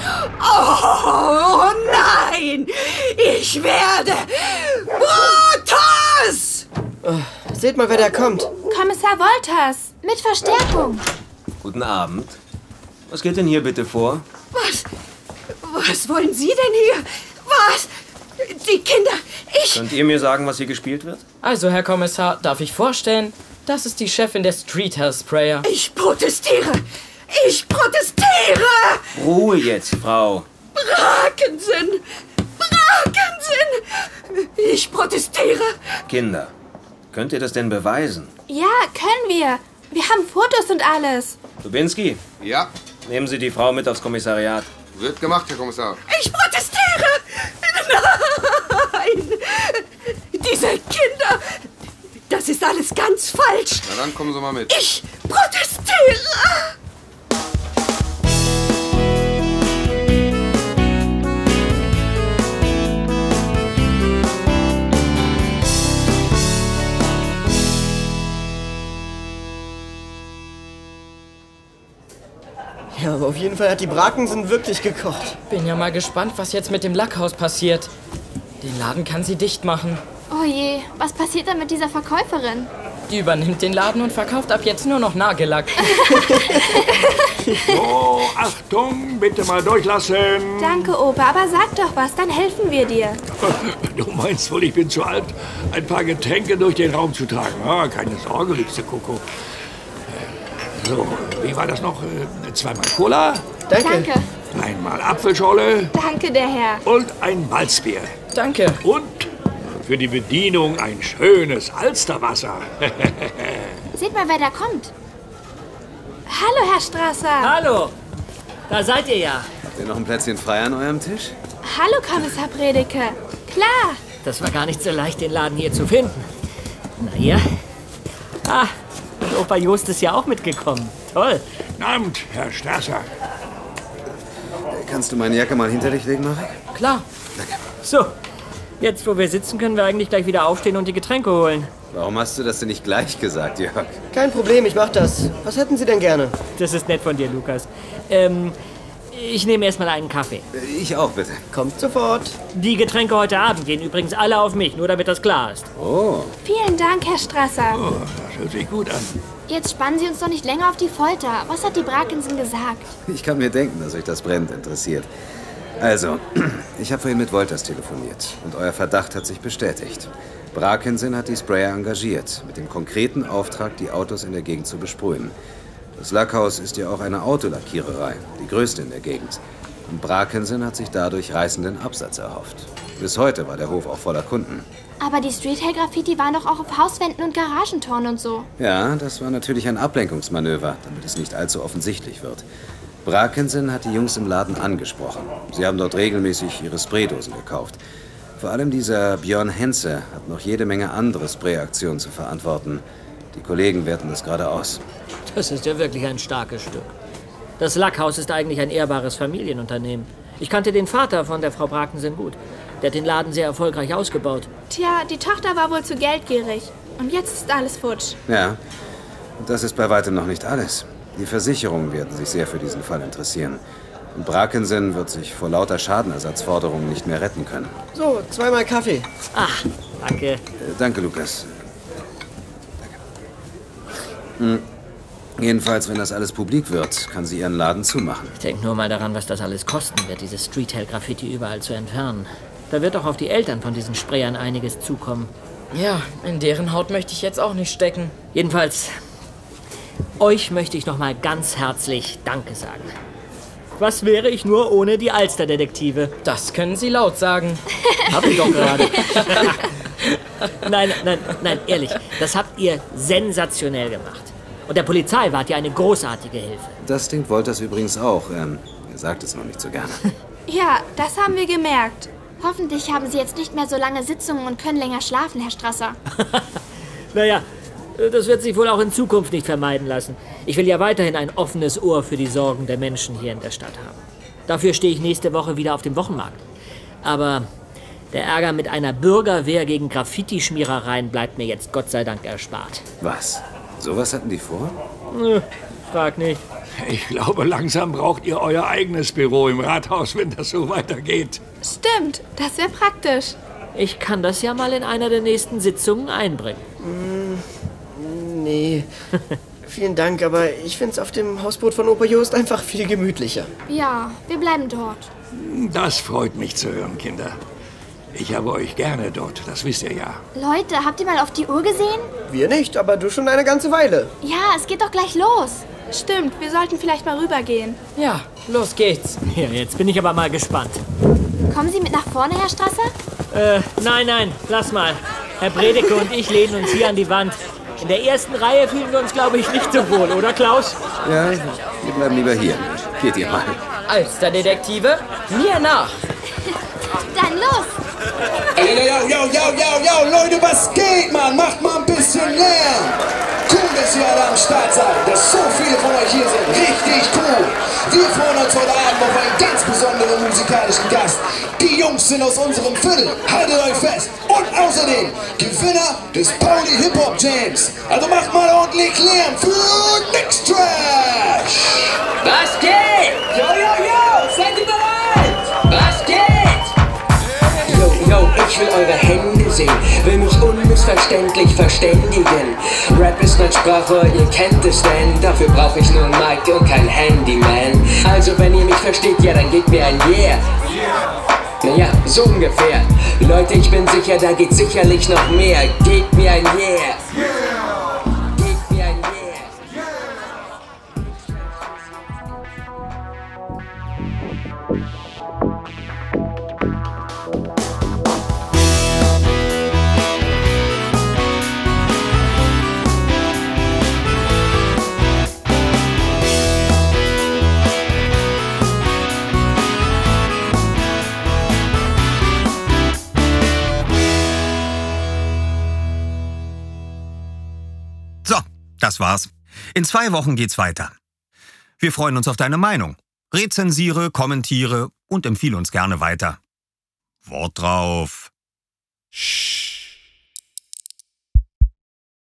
Oh nein! Ich werde... Brutus!
Seht mal, wer da kommt.
Kommissar Wolters.
Mit Verstärkung.
Guten Abend. Was geht denn hier bitte vor?
Was? Was wollen Sie denn hier? Was? Die Kinder... Ich...
Könnt ihr mir sagen, was hier gespielt wird?
Also, Herr Kommissar, darf ich vorstellen? Das ist die Chefin der Street Hell Sprayer.
Ich protestiere! Ich protestiere!
Ruhe jetzt, Frau.
Brakensen! Brakensen! Ich protestiere!
Kinder, könnt ihr das denn beweisen?
Ja, können wir. Wir haben Fotos und alles.
Dubinski,
Ja,
nehmen Sie die Frau mit aufs Kommissariat.
wird gemacht, Herr Kommissar.
Ich protestiere! Nein! Diese Kinder! Das ist alles ganz falsch!
Na dann kommen Sie mal mit.
Ich
Ah!
protestiere!
hoffe, die Braten sind wirklich gekocht. Bin ja mal gespannt, was jetzt mit dem Lackhaus passiert. Den Laden kann sie dicht machen.
Oh je, was passiert dann mit dieser Verkäuferin?
Die übernimmt den Laden und verkauft ab jetzt nur noch Nagellack.
So, Achtung, bitte mal durchlassen.
Danke, Opa, aber sag doch was, dann helfen wir dir.
Du meinst wohl, ich bin zu alt, ein paar Getränke durch den Raum zu tragen. Ah, keine Sorge, liebste Coco. Äh, So, wie war das noch? Äh, Zweimal Cola,
Danke. Danke,
einmal Apfelschorle
Danke der Herr.
und ein Malzbier.
Danke.
Und für die Bedienung ein schönes Alsterwasser.
Seht mal, wer da kommt.
Hallo, Herr Strasser.
Hallo. Da seid ihr ja.
Habt ihr noch ein Plätzchen frei an eurem Tisch?
Hallo, Kommissar Predeke. Klar.
Das war gar nicht so leicht, den Laden hier zu finden. Na ja. Ah, und Opa Jost ist ja auch mitgekommen. Toll.
Guten Abend, Herr Strasser.
Äh, Kannst du meine Jacke mal hinter dich legen, Marek?
Klar. So, jetzt wo wir sitzen, können wir eigentlich gleich wieder aufstehen und die Getränke holen.
Warum hast du das denn nicht gleich gesagt, Jörg?
Kein Problem, ich mach das. Was hätten Sie denn gerne? Das ist nett von dir, Lukas. Ähm, ich nehme erstmal einen Kaffee.
Äh, Ich auch, bitte.
Kommt sofort. Die Getränke heute Abend gehen übrigens alle auf mich, nur damit das klar ist.
Oh.
Vielen Dank, Herr Strasser.
Das hört sich gut an.
Jetzt spannen Sie uns doch nicht länger auf die Folter. Was hat die Brakinsen gesagt?
Ich kann mir denken, dass euch das brennend interessiert. Also, ich habe vorhin mit Wolters telefoniert und euer Verdacht hat sich bestätigt. Brakensen hat die Sprayer engagiert, mit dem konkreten Auftrag, die Autos in der Gegend zu besprühen. Das Lackhaus ist ja auch eine Autolackiererei, die größte in der Gegend. Und Brakensen hat sich dadurch reißenden Absatz erhofft. Bis heute war der Hof auch voller Kunden.
Aber die Streethair-Graffiti waren doch auch auf Hauswänden und Garagentoren und so.
Ja, das war natürlich ein Ablenkungsmanöver, damit es nicht allzu offensichtlich wird. Brakensen hat die Jungs im Laden angesprochen. Sie haben dort regelmäßig ihre Spraydosen gekauft. Vor allem dieser Björn Henze hat noch jede Menge andere Sprayaktionen zu verantworten. Die Kollegen werten das gerade aus.
Das ist ja wirklich ein starkes Stück. Das Lackhaus ist eigentlich ein ehrbares Familienunternehmen. Ich kannte den Vater von der Frau Brakensen gut. Der hat den Laden sehr erfolgreich ausgebaut.
Tja, die Tochter war wohl zu geldgierig. Und jetzt ist alles futsch.
Ja, und das ist bei weitem noch nicht alles. Die Versicherungen werden sich sehr für diesen Fall interessieren. Und Brakensen wird sich vor lauter Schadenersatzforderungen nicht mehr retten können.
So, zweimal Kaffee.
Ah.
Ach, danke.
Äh, Danke, Lukas. Danke. Hm. Jedenfalls, wenn das alles publik wird, kann sie ihren Laden zumachen.
Denk nur mal daran, was das alles kosten wird, dieses Street-Hell-Graffiti überall zu entfernen. Da wird doch auf die Eltern von diesen Sprayern einiges zukommen.
Ja, in deren Haut möchte ich jetzt auch nicht stecken.
Jedenfalls, euch möchte ich nochmal ganz herzlich Danke sagen. Was wäre ich nur ohne die Alsterdetektive?
Das können Sie laut sagen.
Hab ich doch gerade. nein, nein, nein, ehrlich, das habt ihr sensationell gemacht. Und der Polizei wart ihr eine großartige Hilfe.
Das denkt Wolters übrigens auch. Ähm, er sagt es noch nicht so gerne.
Ja, das haben wir gemerkt.
Hoffentlich haben Sie jetzt nicht mehr so lange Sitzungen und können länger schlafen, Herr Strasser.
Naja, das wird sich wohl auch in Zukunft nicht vermeiden lassen. Ich will ja weiterhin ein offenes Ohr für die Sorgen der Menschen hier in der Stadt haben. Dafür stehe ich nächste Woche wieder auf dem Wochenmarkt. Aber der Ärger mit einer Bürgerwehr gegen Graffiti-Schmierereien bleibt mir jetzt Gott sei Dank erspart.
Was? Sowas hatten die vor?
Nö, Frag nicht.
Ich glaube, langsam braucht ihr euer eigenes Büro im Rathaus, wenn das so weitergeht.
Stimmt, das wäre praktisch.
Ich kann das ja mal in einer der nächsten Sitzungen einbringen.
Mm, Nee. Vielen Dank, aber ich find's auf dem Hausboot von Opa Jost einfach viel gemütlicher.
Ja, wir bleiben dort.
Das freut mich zu hören, Kinder. Ich habe euch gerne dort, das wisst ihr ja.
Leute, habt ihr mal auf die Uhr gesehen?
Wir nicht, aber du schon eine ganze Weile.
Ja, es geht doch gleich los.
Stimmt, wir sollten vielleicht mal rübergehen.
Ja, los geht's. Ja, jetzt bin ich aber mal gespannt.
Kommen Sie mit nach vorne, Herr Strasser?
Äh, nein, nein, lass mal. Herr Bredeke und ich lehnen uns hier an die Wand. In der ersten Reihe fühlen wir uns, glaube ich, nicht so wohl, oder Klaus?
Ja, wir bleiben lieber hier. Geht ihr mal.
Alsterdetektive, mir nach.
Dann los!
Ey, yo, yo, yo, yo, yo, yo, Leute, was geht, Mann? Macht mal ein bisschen Lärm! Cool, dass ihr alle am Start seid, dass so viele von euch hier sind. Richtig cool. Wir freuen uns heute Abend auf einen ganz besonderen musikalischen Gast. Die Jungs sind aus unserem Viertel. Haltet euch fest. Und außerdem Gewinner des Pauli Hip Hop Jams. Also macht mal ordentlich Lärm für Mix Trash. Was geht? Yo, yo, yo. Seid ihr bereit? Was geht?
Yo, yo, ich will eure Hände sehen, will mich unmissverständlich verständigen. Rap ist mein Sprache, ihr kennt es denn, dafür brauche ich nur ein Mic und kein Handyman. Also wenn ihr mich versteht, ja, dann gebt mir ein Yeah. Naja, so ungefähr. Leute, ich bin sicher, da geht sicherlich noch mehr. Gebt mir ein Yeah. Gebt mir ein Yeah.
So, das war's. In zwei Wochen geht's weiter. Wir freuen uns auf deine Meinung. Rezensiere, kommentiere und empfehle uns gerne weiter. Wort drauf. Shh.